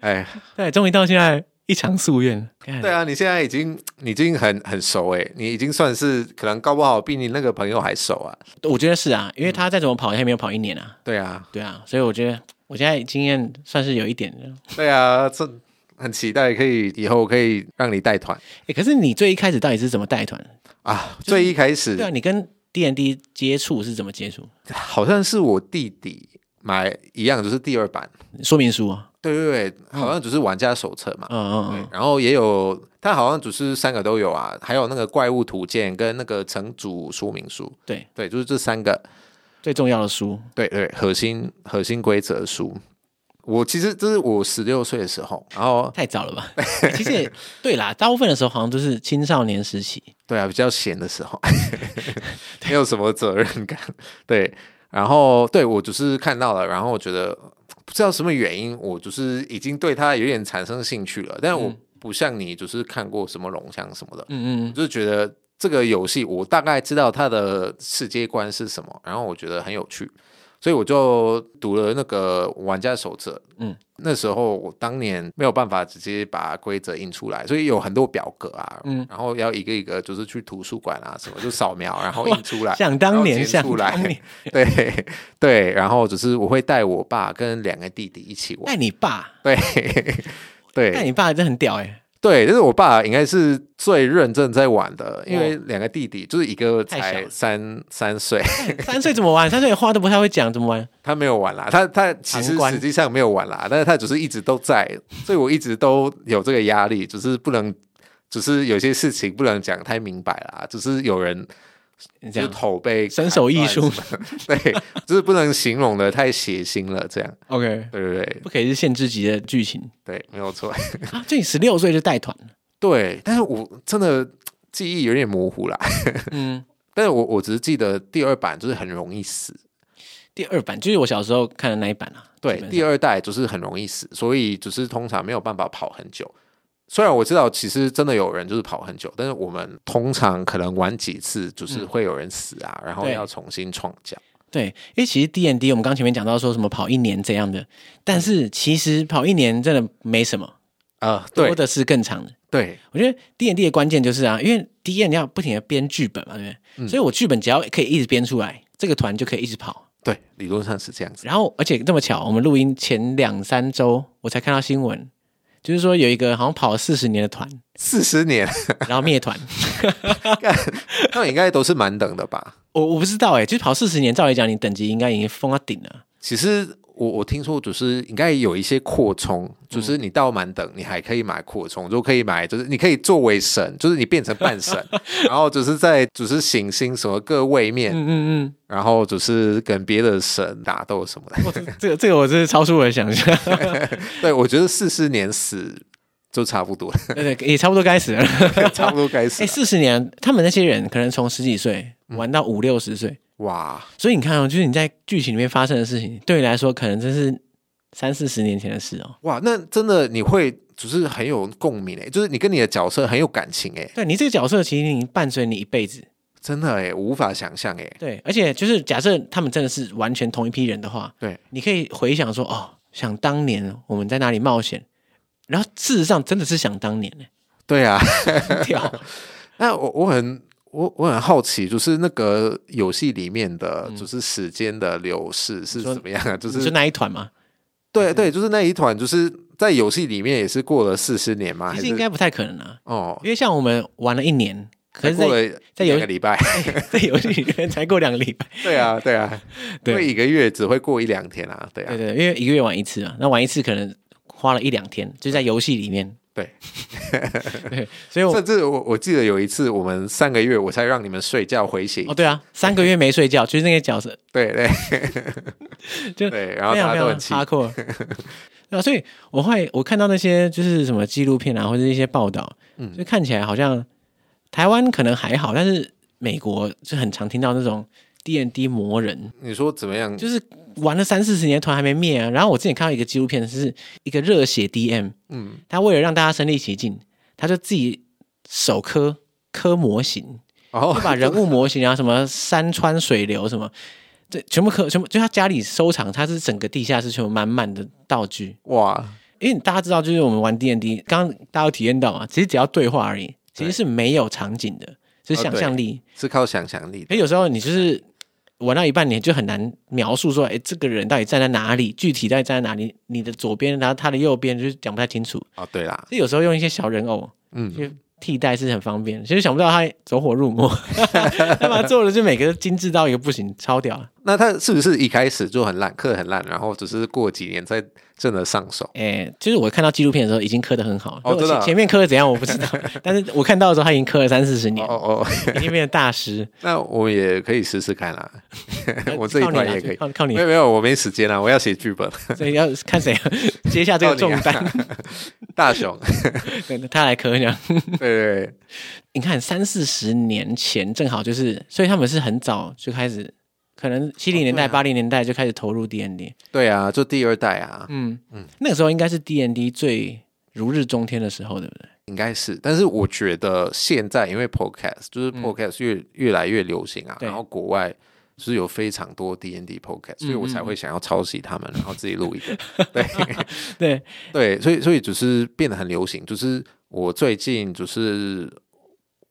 哎，
对，终于到现在一场夙愿。
对啊，你现在已经你已经很很熟哎，你已经算是可能搞不好比你那个朋友还熟啊。
我觉得是啊，因为他再怎么跑，他也没有跑一年啊。
对啊，
对啊，所以我觉得我现在经验算是有一点的。
对啊，这很期待可以以后可以让你带团
诶可是你最一开始到底是怎么带团？
啊。最一开始
对啊，你跟 D N D 接触是怎么接触？
好像是我弟弟买一样，就是第二版，
说明书啊，
对对对，好像只是玩家手册嘛。
嗯嗯
对
嗯，
然后也有，他好像只是三个都有啊，还有那个怪物图鉴跟那个城主说明书，
对，
对，就是这三个，
最重要的书，
对对，核心核心规则书。我其实这是我十六岁的时候，然后
太早了吧？ [laughs] 其实也对啦，大部分的时候好像都是青少年时期。
对啊，比较闲的时候，没有什么责任感。对，然后对我只是看到了，然后我觉得不知道什么原因，我就是已经对他有点产生兴趣了。但我
嗯
不像你，就是看过什么龙翔什么的，
嗯
我
嗯
就觉得这个游戏我大概知道它的世界观是什么，然后我觉得很有趣，所以我就读了那个玩家手册。
嗯，
那时候我当年没有办法直接把规则印出来，所以有很多表格啊，
嗯
然后要一个一个就是去图书馆啊什么就扫描，然后
哇
印出
[laughs]
来
嗯，。想当
然
年，
后截
想
出
当
来
年，，
[laughs] 对对，然后只是我会带我爸跟两个弟弟一起
带
玩，
你爸，
对对，
带你爸真的很哎屌哎、
对，就是我爸应该是最认真在玩的，因为两个弟弟，就是一个
太小
才
了
三三岁，
三岁怎么玩？三岁话都不太会讲，怎么玩？
他没有玩啦，他他其
旁
实
观
实际上没有玩啦，但是他只是一直都在，所以我一直都有这个压力，就是不能，只是有些事情不能讲太明白啦，只是有人
你这
就是
样
头被
身手艺术
砍断什么的，对， [laughs] 就是不能形容的太血腥了，这样，
，OK，
对对对
不可以是限制级的剧情
对，没有错。
啊！就你十六岁就带团了，
对，但是我真的记忆有点模糊啦。
嗯，
但是我我只是记得第二版就是很容易死，
第二版就是我小时候看的那一版啊。
对
基，本上
第二代就是很容易死，所以就是通常没有办法跑很久。虽然我知道其实真的有人就是跑很久，但是我们通常可能玩几次就是会有人死啊，然
嗯
后
对
要重新创奖。
对，因为其实 D N D 我们刚前面讲到说什么跑一年这样的，但是其实跑一年真的没什么，
啊、
呃多
对
的是更长的。
对，
我觉得 D N D 的关键就是啊，因为 D N 要不停的编剧本嘛，对不对？所以我剧本只要可以一直编出来，这个团就可以一直跑。
对，理论上是这样子。
然后，而且这么巧，我们录音前两三周，我才看到新闻，就是说有一个好像跑了四十年的团，
四十年，
然后灭团。
那应该都是满等的吧？
我我不知道哎、就是跑四十年，照理讲你等级应该已经封到顶了。
其实我我听说，就是应该有一些扩充，
嗯
就是你到满等，你还可以买扩充，就可以买，就是你可以作为神，就是你变成半神，
[laughs]
然后只是在只是行星什么各位面，
嗯嗯
然后只是跟别的神打斗 [laughs] 什么的。
嗯，哇，这这个这个我真是超出我的想象。
对，我觉得四十年死就差不多
[laughs]
了，
对对，也差不多该死了。 [laughs]
差不多该死
哎，
了。
四十年，他们那些人可能从十几岁玩到五六十岁，
哇，
所以你看哦，就是你在剧情里面发生的事情，对你来说可能真是三四十年前的事哦。
哇，那真的你会就是很有共鸣诶，就是你跟你的角色很有感情诶，
对你这个角色，其实你伴随你一辈子。
真的诶，我无法想象欸诶。
对，而且就是假设他们真的是完全同一批人的话，
对，
你可以回想说，哦，想当年我们在哪里冒险，然后事实上真的是想当年呢、
对啊， [laughs]
很屌，
那我我很我我很好奇，就是那个游戏里面的就是时间的流逝是
嗯说
怎么样啊？就
就是
是
那一嗯团嘛，
对对，就是那一团，就是在游戏里面也是过了四十年吗？
其
啊还
实
是
应该不太可能啊，
哦，
因为像我们玩了一年，可是
才过
在
了
在游
两个礼拜，
[laughs] 在游戏里面 [laughs] 才过两个礼拜，
[laughs] 对啊对啊，因为
对
一个月只会过一两天啊，对啊
对，对，因为一个月玩一次啊，那玩一次可能花了一两天，就在游戏里面，
对
[laughs] 对，所以我
甚至我我记得有一次我们上个月我才让你们睡觉回醒
哦，对啊，三个月没睡觉，就是那个角色
对对，
[laughs] 就
对， [laughs] 然后
非常
大家
非
都
常
很气，
哈扣。
[laughs]
对啊，所以我会我看到那些就是什么纪录片啊，或者是一些报道，
嗯
就看起来好像台湾可能还好，但是美国就很常听到那种 D N D 魔人，
你说怎么样？
就是玩了三四十年团还没灭啊。然后我之前看到一个纪录片，是一个热血 D M，
嗯，
他为了让大家身临其境，他就自己手刻刻模型，
然后
就把人物模型啊，什么山川水流什么，这全部可全部就他家里收藏，他是整个地下室全部满满的道具。
[laughs] 哇，
因为大家知道，就是我们玩 D N D，刚刚大家有体验到嘛，其实只要对话而已，其实是没有场景的，是想象力。
是靠想象力的，
可有时候你就是玩到一半，你就很难描述说，哎，这个人到底站在哪里，具体到底站在哪里，你的左边，然后他的右边，就是讲不太清楚。
哦，对啦，
所以有时候用一些小人偶，
嗯，
就替代是很方便。其实想不到他走火入魔， [laughs] 他把它做的就每个都精致到一个不行，超屌啊！
那他是不是一开始就很烂，课很烂，然后只是过几年再真的上手？
哎、就是我看到纪录片的时候已经磕的很好了，
哦真的啊
前前面磕的怎样我不知
[laughs]
道，但是我看到的时候他已经磕了三四十
哦
年，
哦， [laughs] 哦
已经变成大师。
那我也可以试试看啦，
[laughs]
[laughs] 我这一
靠你
段
啦
也可以。
靠靠你啊
[laughs] 没有，没有，我没时间啊啦，我要写剧本。
所以要看谁啊接下这个重
靠啊
担， [laughs]
大雄， [laughs]
对他来磕这样。
对对对，
你看三四十年前正好就是，所以他们是很早就开始。可能七零年代、
哦对啊
八零、年代就开始投入 D N D，
对啊，就第二代啊，
嗯嗯，那个时候应该是 D N D 最如日中天的时候，对不对？
应该是，但是我觉得现在因为 podcast 就是 podcast 越、越来越流行
嗯
啊，
对嗯
然后国外就是有非常多 D N D podcast，所以我才会想要抄袭他们，然后自己录
[laughs]
一个。对 [laughs]
对，
对，所以所以就是变得很流行。就是我最近就是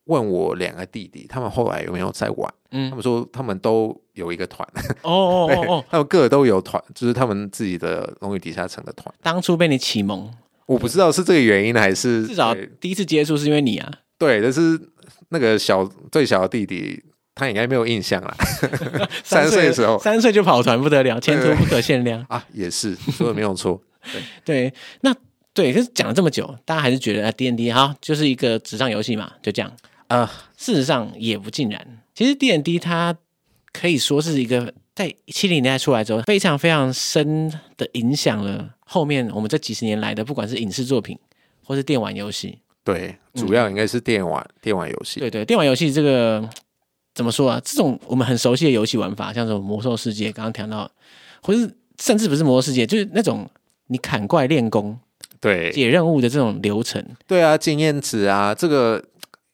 问我两个弟弟，他们后来有没有在玩？
嗯
他们说他们都有一个团， [laughs]
哦哦哦，哦，
他们各都有团，就是他们自己的龙与地下城的团。
当初被你启蒙，
我不知道是这个原因还是
至少
对
第一次接触是因为你啊。
对，但是那个小最小的弟弟，他应该没有印象啦。三岁的时候
三岁就跑团不得了，前途
对
不可限量。
啊，也是说的没有错。
对，那对，可是讲了这么久，大家还是觉得啊，D N D 好就是一个纸上游戏嘛，就这样。
啊，
事实上也不尽然，其实 D N D 它可以说是一个在七零年代出来之后，非常非常深的影响了后面我们这几十年来的，不管是影视作品或是电玩游戏。
对，主要应该是电玩、电玩游
嗯
戏。
对对，电玩游戏这个怎么说啊？这种我们很熟悉的游戏玩法，像什么魔兽世界，刚刚谈到，或是甚至不是魔兽世界，就是那种你砍怪练功、
对
解任务的这种流程。
对啊，经验值啊，这个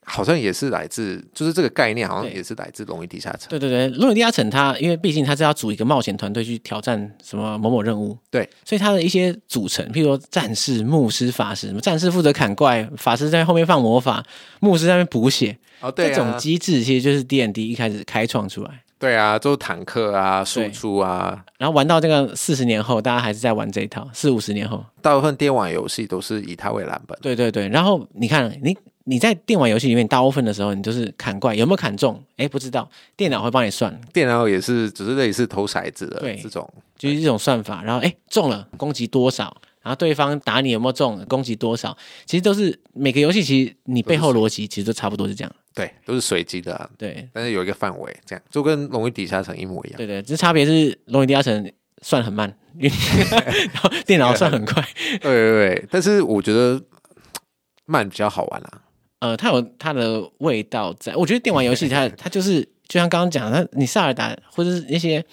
好像也是来自，就是这个概念好像
对
也是来自《龙与地下城》。
对对对，《龙与地下城》它因为毕竟它是要组一个冒险团队去挑战什么某某任务，
对，
所以它的一些组成，譬如说战士、牧师、法师，什么战士负责砍怪，法师在后面放魔法，牧师在那边补血，
哦，对
这种
啊，
机制其实就是 D N D 一开始开创出来。
对啊，就坦克啊、输
对
出啊，
然后玩到这个四十年后，大家还是在玩这一套，四五十年后，
大部分电玩游戏都是以它为蓝本。
对对对，然后你看，你你在电玩游戏里面，大部分的时候你就是砍怪，有没有砍中？哎，不知道，电脑会帮你算，
电脑也是，只是类似投骰子的
对
这种。
就是一种算法。然后哎中了，攻击多少？然后对方打你有没有中，攻击多少？其实都是每个游戏，其实你背后逻辑其实都差不多是这样。
对，都是随机的啊、
对
但是有一个范围，这样就跟《龙与地下城》一模一样。
对对，只是差别是《龙与地下城》算 [laughs] 很慢，然后电脑算很快。
[laughs] 对对对，但是我觉得慢比较好玩啊啦、
呃，它有它的味道在。我觉得电玩游戏它它就是就像刚刚讲的，它你塞尔达或者是那些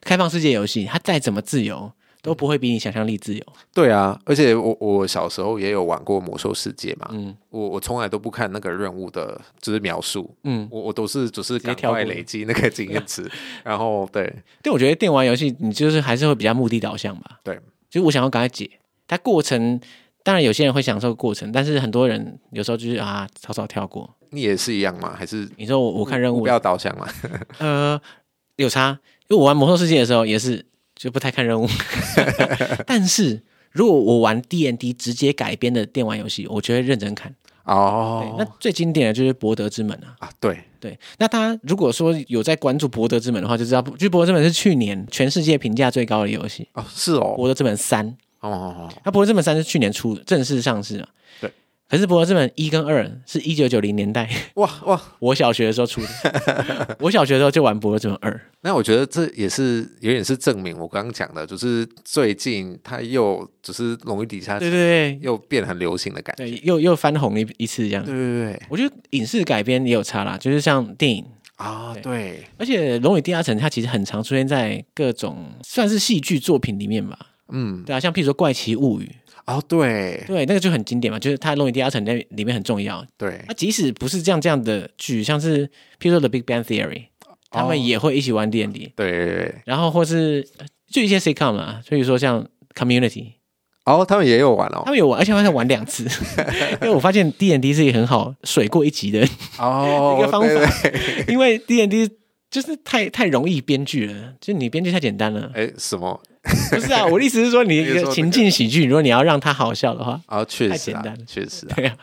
开放世界游戏，它再怎么自由都不会比你想象力自由。
对啊，而且我我小时候也有玩过《魔兽世界》嘛，
嗯
我我从来都不看那个任务的，就是描述，
嗯，
我我都是只是
直接
赶
跳
快
过
累积那个经验值， [laughs] 然后对
对，我觉得电玩游戏你就是还是会比较目的导向吧。
对，
就是我想要赶快解，它过程当然有些人会享受过程，但是很多人有时候就是啊草草跳过。
你也是一样吗？还是
你说我我看任务
不，要导向嘛？
呃，有差，因为我玩魔兽世界的时候也是就不太看任务， [laughs] 但是如果我玩 D N D 直接改编的电玩游戏，我就会认真看。对，那
哦，
最经典的就是《博德之门》啊。
啊，对，
对，那他如果说有在关注《博德之门》的话，就知道，就《博德之门》是去年全世界评价最高的游戏，
哦，是
《
哦，
博德之门三》。
哦哦，哦
那《博德之门三》是去年出的正式上市啊。
对。
可是《博德之门》一跟二是一九九零年代 [laughs]
哇哇，
我小学的时候出的， [laughs] 我小学的时候就玩《博德之门二》。
[laughs] 那我觉得这也是有点是证明我刚刚讲的，就是最近它又只是龙与地下
对对对
又变很流行的感觉，
对，又又翻红了一一次这样
对。对对
我觉得影视改编也有差啦，就是像电影，
啊，对，
而且《龙与地下城》它其实很常出现在各种算是戏剧作品里面吧。
嗯，
对啊，像譬如说《怪奇物语
哦，》，对
对，那个就很经典嘛，就是它《龙与地下城》在里面很重要。
对
那、，啊即使不是这样这样的剧，像是譬如说《The Big Bang Theory》，他
哦
们也会一起玩 D N D，
对对对，
然后或是呃就一些 sitcom 啦，所以说像《Community》，
哦，他们也有玩哦
他，们有玩，而且他们玩两
[laughs]
次，因为我发现 D N D 是一个很好水过一集的
哦，
一个方法
对对
[laughs]
对
因为 D N D 就是太太容易编剧了，就你编剧太简单
[laughs]
了。
哎，什么
不是啊，我的意思是说，你一
你是说那
个
个
情境喜剧，如果你要让它好笑的
[laughs]
话，
啊？确
太
实
简
啊
单了，
确实啊，
对啊，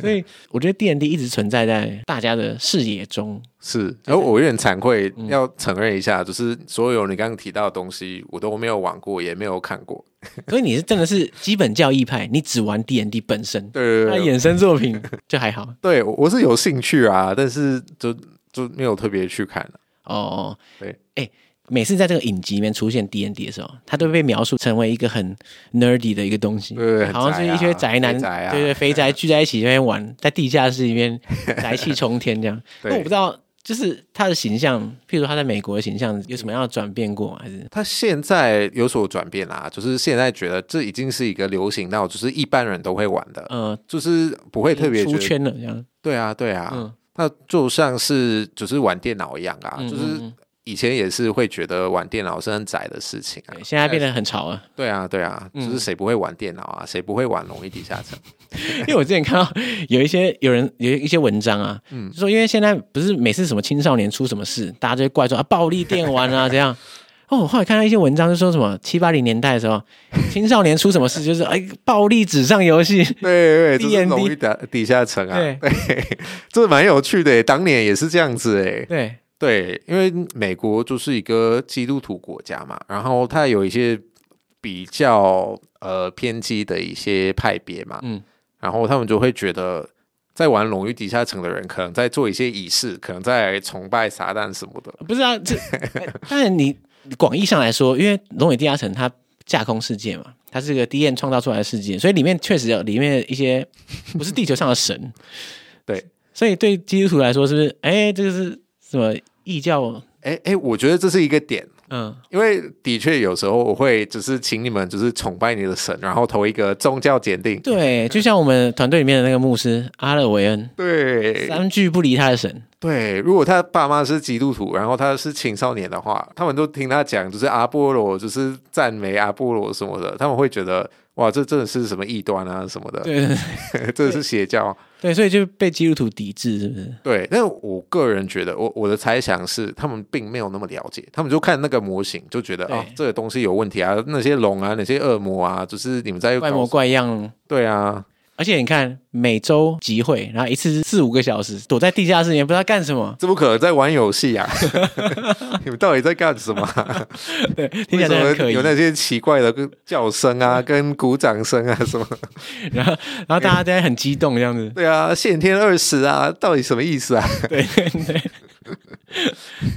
所以我觉得 D N D 一直存在在大家的视野中。
是。然后我有点惭愧，
嗯
要承认一下，就是所有你刚刚提到的东西，我都没有玩过，也没有看过。
所以你是真的是基本教义派，你只玩 D N D 本身，
对啊
那
对对，
衍生作品就还好
对我我是有兴趣啊，但是就就没有特别去看了。
哦。
[laughs] 对，
哎，每次在这个影集里面出现 D N D 的时候，它都被描述成为一个很 nerdy 的一个东西，
对对很
好像是
宅啊
一些宅男，
肥宅啊
对对，肥宅聚在
[laughs]
一起在那边玩，在地下室里面宅气冲天这样。那我不知
道
道，就是他的形象，譬如说他在美国的形象有什么样的转变过吗？还是
他现在有所转变啦，就是现在觉得这已经是一个流行到就是一般人都会玩的，
呃，
就是不会特别觉
出
得
圈了这样？
对啊，对啊，
嗯
那就像是就是玩电脑一样啊，
嗯
就是
嗯
以前也是会觉得玩电脑是很窄的事情啊
对，嗯现在变得很潮了。
对啊，对啊，
嗯
就是谁不会玩电脑啊，谁不会玩《龙与地下城》？
[laughs] 因为我之前看到有一些有人有一些文章啊，
嗯
就说因为现在不是每次什么青少年出什么事，大家就会怪说啊暴力电玩
[laughs]
啊这样。哦，我后来看到一些文章，就说什么七八零年代的时候，青少年出什么事就是哎暴力纸上游戏，
[laughs] 对对， [laughs]
D&D
就是《龙与地地下城》啊，
对
对，这蛮有趣的耶，当年也是这样子哎，
对，
对，因为美国就是一个基督徒国家嘛，然后它有一些比较呃偏激的一些派别嘛，
嗯，
然后他们就会觉得，在玩《龙与地下城》的人，可能在做一些仪式，可能在崇拜撒旦什么的。。
不是啊，这哎当然你广义上来说，因为《龙与地下城》它架空世界嘛，它是个 D N 创造出来的世界，所以里面确实有里面一些不是地球上的神
对，
所以对基督徒来说，是不是？哎，这个是什么异教？
哎哎，我觉得这是一个点，
嗯，
因为的确有时候我会就是请你们就是崇拜你的神，然后投一个宗教检定。
对，就像我们团队里面的那个牧师阿勒维恩，
对
三句不离他的神。
对，如果他爸妈是基督徒，然后他是青少年的话，他们都听他讲，就是阿波罗，就是赞美阿波罗什么的，他们会觉得哇，这真的是什么异端啊什么的，
对对
[laughs] 这是邪教。
对，所以就被基督徒抵制，是不是？
对，但我个人觉得，我我的猜想是，他们并没有那么了解，他们就看那个模型就觉得
对
啊、这个东西有问题啊，那些龙啊，那些恶魔啊，就是你们在
怪模
搞什
怪样。
对啊，
而且你看，每周集会，然后一次四五个小时，躲在地下室里面不知道干什么。
这不可能在玩游戏啊！ [laughs] 你们到底在干什么啊、
对， [laughs] 听起
为
来
什
真的很可
么
疑
有。那些奇怪的叫声 [laughs] 啊，跟鼓掌声啊什么？
然后，然后大家在
[laughs]
很激动这样子。
对啊，现天二十啊，到底什么意思啊？
对对对。 [laughs]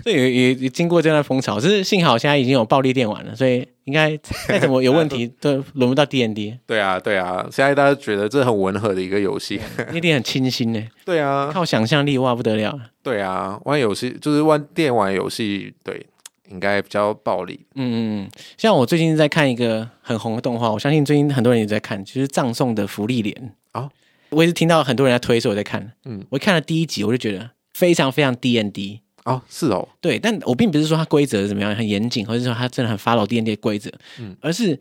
这也也也经过这段风潮，只是幸好现在已经有暴力电玩了，所以应该再怎么有问题都轮不到 D N
[laughs]
D，
对啊，对啊，现在大家觉得这很温和的一个游戏，
那点很清新
[laughs]
呢，
对啊，
靠想象力哇不得了。
对啊，玩游戏就是玩电玩游戏，对，应该比较暴力。
嗯嗯，嗯，像我最近在看一个很红的动画，我相信最近很多人也在看，就是《葬送的福利莲》
哦
我也是听到很多人在推，所以我在看。嗯
嗯，
我看了第一集，我就觉得非常非常 D N D。
哦，是哦，
对，但我并不是说它规则怎么样很严谨，或者说它真的很 follow D N D 规则，
嗯
而是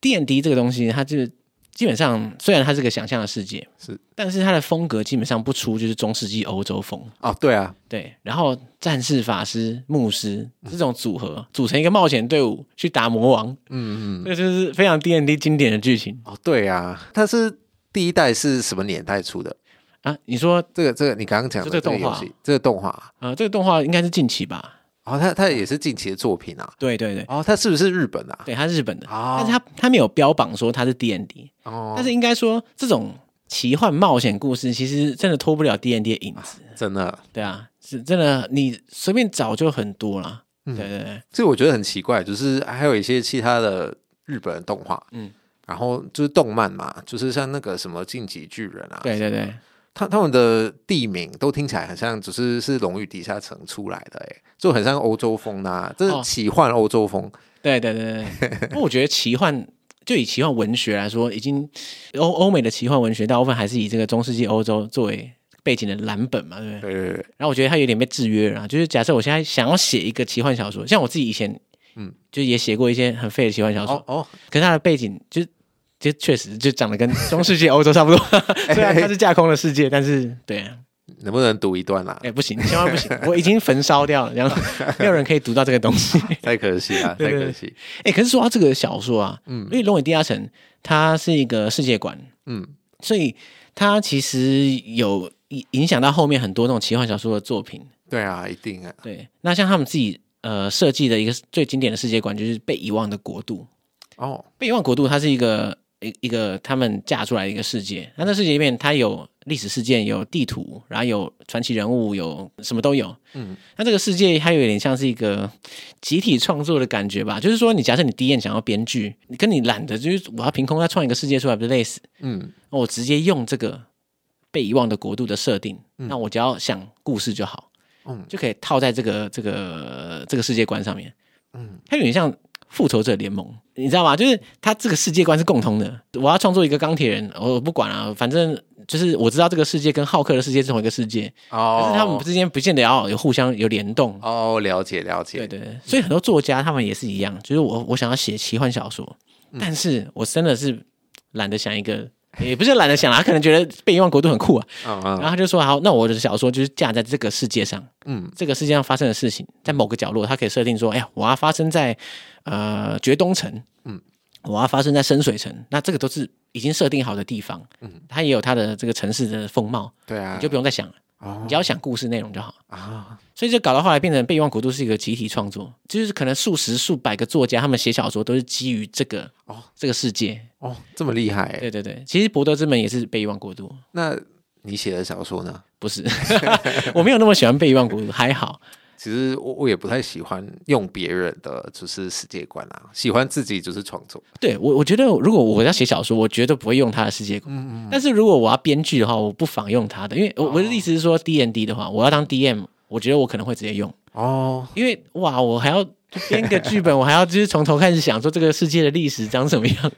D N D 这个东西，它就是基本上虽然它是个想象的世界，
是，
但是它的风格基本上不出就是中世纪欧洲风。
哦，对啊，
对，然后战士、法师、牧师这种组合组成一个冒险队伍去打魔王，
嗯嗯，
这就是非常 D N D 经典的剧情
哦，对啊，它是第一代是什么年代出的？
啊！你说，
这个这个你刚刚讲的
就这
这
个
个
动画
游戏，这个动画，
呃，这个动画应该是近期吧？
哦，它它也是近期的作品啊。
对对对，
哦，它是不是日本啊？
对，它是日本的，
哦
但是它它没有标榜说它是 D N D，
哦，
但是应该说这种奇幻冒险故事其实真的脱不了 D N D 的影子，
真的，
对啊，是真的，你随便找就很多啦。对
嗯
对对，
这我觉得很奇怪，就是还有一些其他的日本的动画，
嗯
嗯，然后就是动漫嘛，就是像那个什么《进击巨人》啊，
对对对，
他他们的地名都听起来很像，只是是龙与地下城出来的、欸，就很像欧洲风呐、这
哦
是奇幻欧洲风，
对对对对，不过我觉得奇幻。就以奇幻文学来说，已经欧欧美的奇幻文学大部分还是以这个中世纪欧洲作为背景的蓝本嘛，对不对？
对对对，
然后我觉得它有点被制约了啊，就是假设我现在想要写一个奇幻小说，像我自己以前，嗯
嗯，
就也写过一些很废的奇幻小说，
哦哦，
可是它的背景就就确实就长得跟中世纪欧洲差不多， [laughs] [laughs] 虽然它是架空的世界，但是 [laughs] 对啊，
[laughs] 能不能读一段啊
哎、？不行，千万不行，我已经焚烧掉了，然后没有人可以读到这个东西。 [laughs]
太可惜了，
[laughs] 对
太
对对
可惜，
哎、可是说到这个小说啊，
嗯
因为《龙与地下城》它是一个世界观，
嗯，
所以它其实有影影响到后面很多那种奇幻小说的作品。
对啊，一定啊，
对，那像他们自己呃设计的一个最经典的世界观，就是被遗忘的国度。
哦，
被遗忘国度它是一个一一个他们架出来的一个世界，那这世界里面它有历史事件，有地图，然后有传奇人物，有什么都有。
嗯，
那这个世界它有点像是一个集体创作的感觉吧，就是说你假设你第一眼想要编剧，你跟你懒得就是我要凭空再创一个世界出来，不是累死？
嗯，
那我直接用这个被遗忘的国度的设定，那我只要想故事就好，
嗯
就可以套在这个这个这个世界观上面，嗯，它有点像复仇者联盟，你知道吗？就是它这个世界观是共通的。我要创作一个钢铁人，我不管啊，反正就是我知道这个世界跟浩克的世界是同一个世界，
哦，
但是他们之间不见得要有互相有联动。
哦，了解了解，
对对对，所以很多作家他们也是一样，就是我我想要写奇幻小说，
嗯
但是我真的是懒得想一个，也不是懒得想啊，他可能觉得被遗忘国度很酷啊，
嗯
然
嗯
后他就说好，那我的小说就是架在这个世界上，
嗯，
这个世界上发生的事情，在某个角落，它可以设定说，哎呀，我要发生在呃绝东城，嗯
嗯，
我要发生在深水城，那这个都是已经设定好的地方，嗯
嗯，
它也有它的这个城市的风貌，
对啊，
你就不用再想了，
哦
你只要想故事内容就好。
啊，
所以就搞到后来变成《备忘国度》是一个集体创作，就是可能数十数百个作家他们写小说都是基于这个
哦
这个世界。
哦，这么厉害欸，
对对对，其实《博德之门》也是《被遗忘国度》，
那你写的小说呢？
不是， [laughs] 我没有那么喜欢《被遗忘国度》，还好。
其实我我也不太喜欢用别人的就是世界观啊，喜欢自己就是创作。
对我，我觉得如果我要写小说，我绝对不会用他的世界
嗯
观。但是如果我要编剧的话，我不妨用他的，因为我
哦
我的意思是说，D N D 的话，我要当 D M，我觉得我可能会直接用，
哦，
因为哇，我还要编个剧
[laughs]
本，我还要就是从头开始想说这个世界的历史长什么样，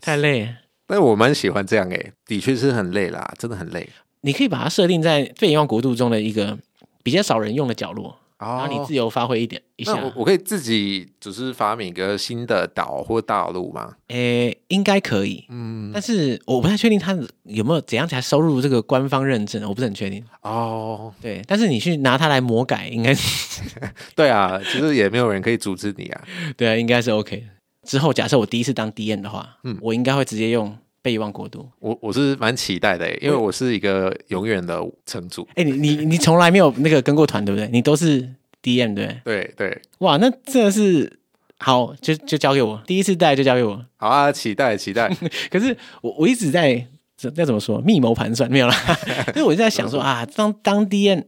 太累了。
但我蛮喜欢这样诶、的确是很累啦，真的很累。
你可以把它设定在被遗忘国度中的一个比较少人用的角落，然
哦
后你自由发挥一点一下
那。我我可以自己就是发明一个新的岛或大陆吗？
诶、应该可以，
嗯，
但是我不太确定它有没有怎样才收入这个官方认证，我不是很确定。
哦，
对，但是你去拿它来魔改，应该 [laughs] 是
[laughs] 对啊，其实也没有人可以阻止你啊。
对啊，应该是 OK 的。之后假设我第一次当 D N 的话，嗯，我应该会直接用被遗忘国度。
我我是蛮期待的、欸，因为我是一个永远的城主。
哎、你你你从来没有那个跟过团，对不对？你都是 D M 对不对？
对对，
哇，那真的是好，就就交给我，第一次带就交给我。
好啊，期待期
[laughs]
待。
可是我我一直在这要怎么说密谋盘算没有啦，所以我一直在想说啊，当当 D N，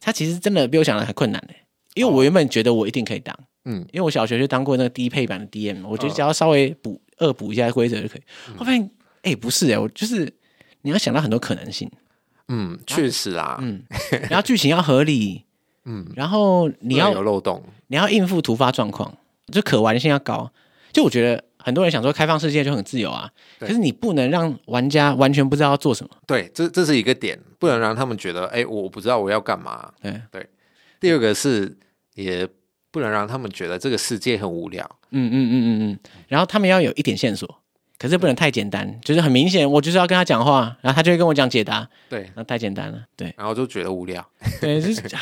他其实真的比我想的还困难呢、因为我原本觉得我一定可以当，
嗯，
因为我小学就当过那个低配版的 DM，我觉得
嗯
只要稍微补恶补一下规则就可以。后发现，哎、不是哎、我就是你要想到很多可能性，
嗯，确实啦，
嗯，然后剧情要合理，
嗯，
然后你
不能
要
有漏洞，
你要应付突发状况，就可玩性要高。就我觉得很多人想说开放世界就很自由啊，可
对
是你不能让玩家完全不知道要做什么。
对，这这是一个点，不能让他们觉得，哎、我不知道我要干嘛。
对，
第二个是，也不能让他们觉得这个世界很无聊。
嗯嗯嗯嗯嗯。然后他们要有一点线索，可是不能太简单，就是很明显，我就是要跟他讲话，然后他就会跟我讲解答，
对，
那太简单了。对
然后就觉得无聊。
[laughs] 对，就是啊，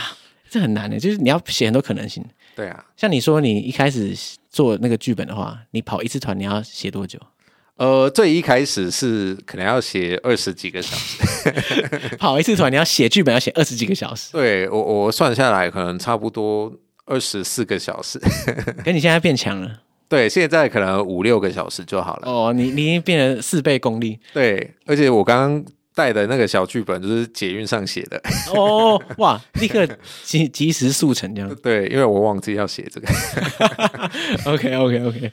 这很难的，就是你要写很多可能性。
对啊，
像你说你一开始做那个剧本的话，你跑一次团你要写多久？ [laughs]
呃，最一开始是可能要写二十几个小时， [laughs]
跑一次团你要写剧本要写二十几个小时，
对我我算下来可能差不多二十四个小时， [laughs]
可你现在变强了。
对，现在可能五六个小时就好了。
哦，你你已经变成四倍功力
对，而且我刚刚带的那个小剧本就是捷运上写的， [laughs]
哦，哇，立刻及及时速成这样。
对，因为我忘记要写这个。
OK OK OK，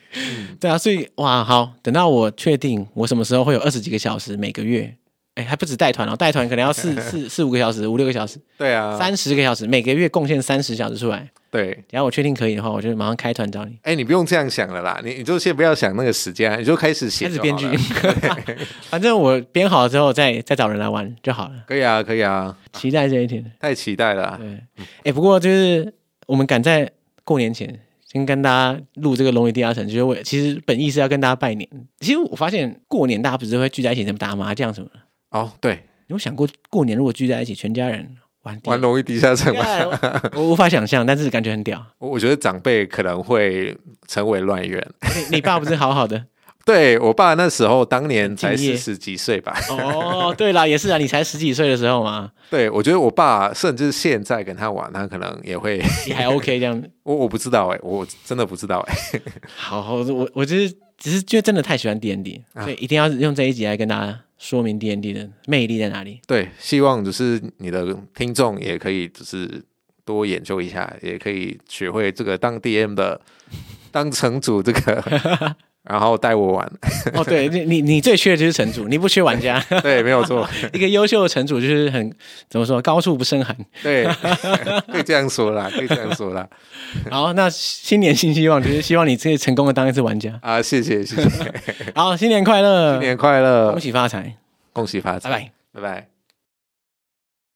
对啊，所以哇，好，等到我确定我什么时候会有二十几个小时每个月，哎，还不止带团哦，带团可能要四四四五个小时、五六个小时、
对啊，
三十个小时，每个月贡献三十小时出来。
对，
只要我确定可以的话，我就马上开团找你。
哎，你不用这样想了啦，你你就先不要想那个时间啊，你就开始写
开始
就
编
好
剧
了。，
[laughs] 反正我编好了之后再再找人来玩就好了。
可以啊，可以啊，
期待这一天。
太期待了啊、
对，哎、不过就是我们赶在过年前先跟大家录这个《龙与地下城》，就是为其实本意是要跟大家拜年。其实我发现过年大家不是会聚在一起，什么打麻将什么的。
哦，对，
你有想过过年如果聚在一起，全家人玩地
玩《龙与地下城》吧，
干我无法想象，但是感觉很屌。
[laughs] 我我觉得长辈可能会成为乱源。
你你爸不是好好
[laughs]
的？
对我爸那时候当年才
敬业
四十几岁吧，
哦， [laughs] 对啦，也是啊，你才十几岁的时候嘛，
对我觉得我爸甚至现在跟他玩，他可能也会， [laughs]
你还 OK 这样。
我我不知道哎、我真的不知道哎、
好，好我我就是只是就真的太喜欢 D N D，所
啊
以一定要用这一集来跟大家说明 D N D 的魅力在哪
[laughs]
里。
对，希望就是你的听众也可以就是多研究一下，也可以学会这个当 DM 的、当城主这个，
[laughs]
然后带我玩。 [laughs]
哦，对你你你最缺的就是城主，你不缺玩家。
对，没有错，
一个优秀的城主就是很怎么说，高处不
[laughs]
胜寒。
对，可以这样说啦，可以这样说啦。
好，那新年新希望，就是希望你自己成功的当一次玩家。
啊，谢谢，谢谢，
好，新年快乐，
新年
恭
快乐，
喜发财，
恭喜发
拜
财，
拜。
拜拜。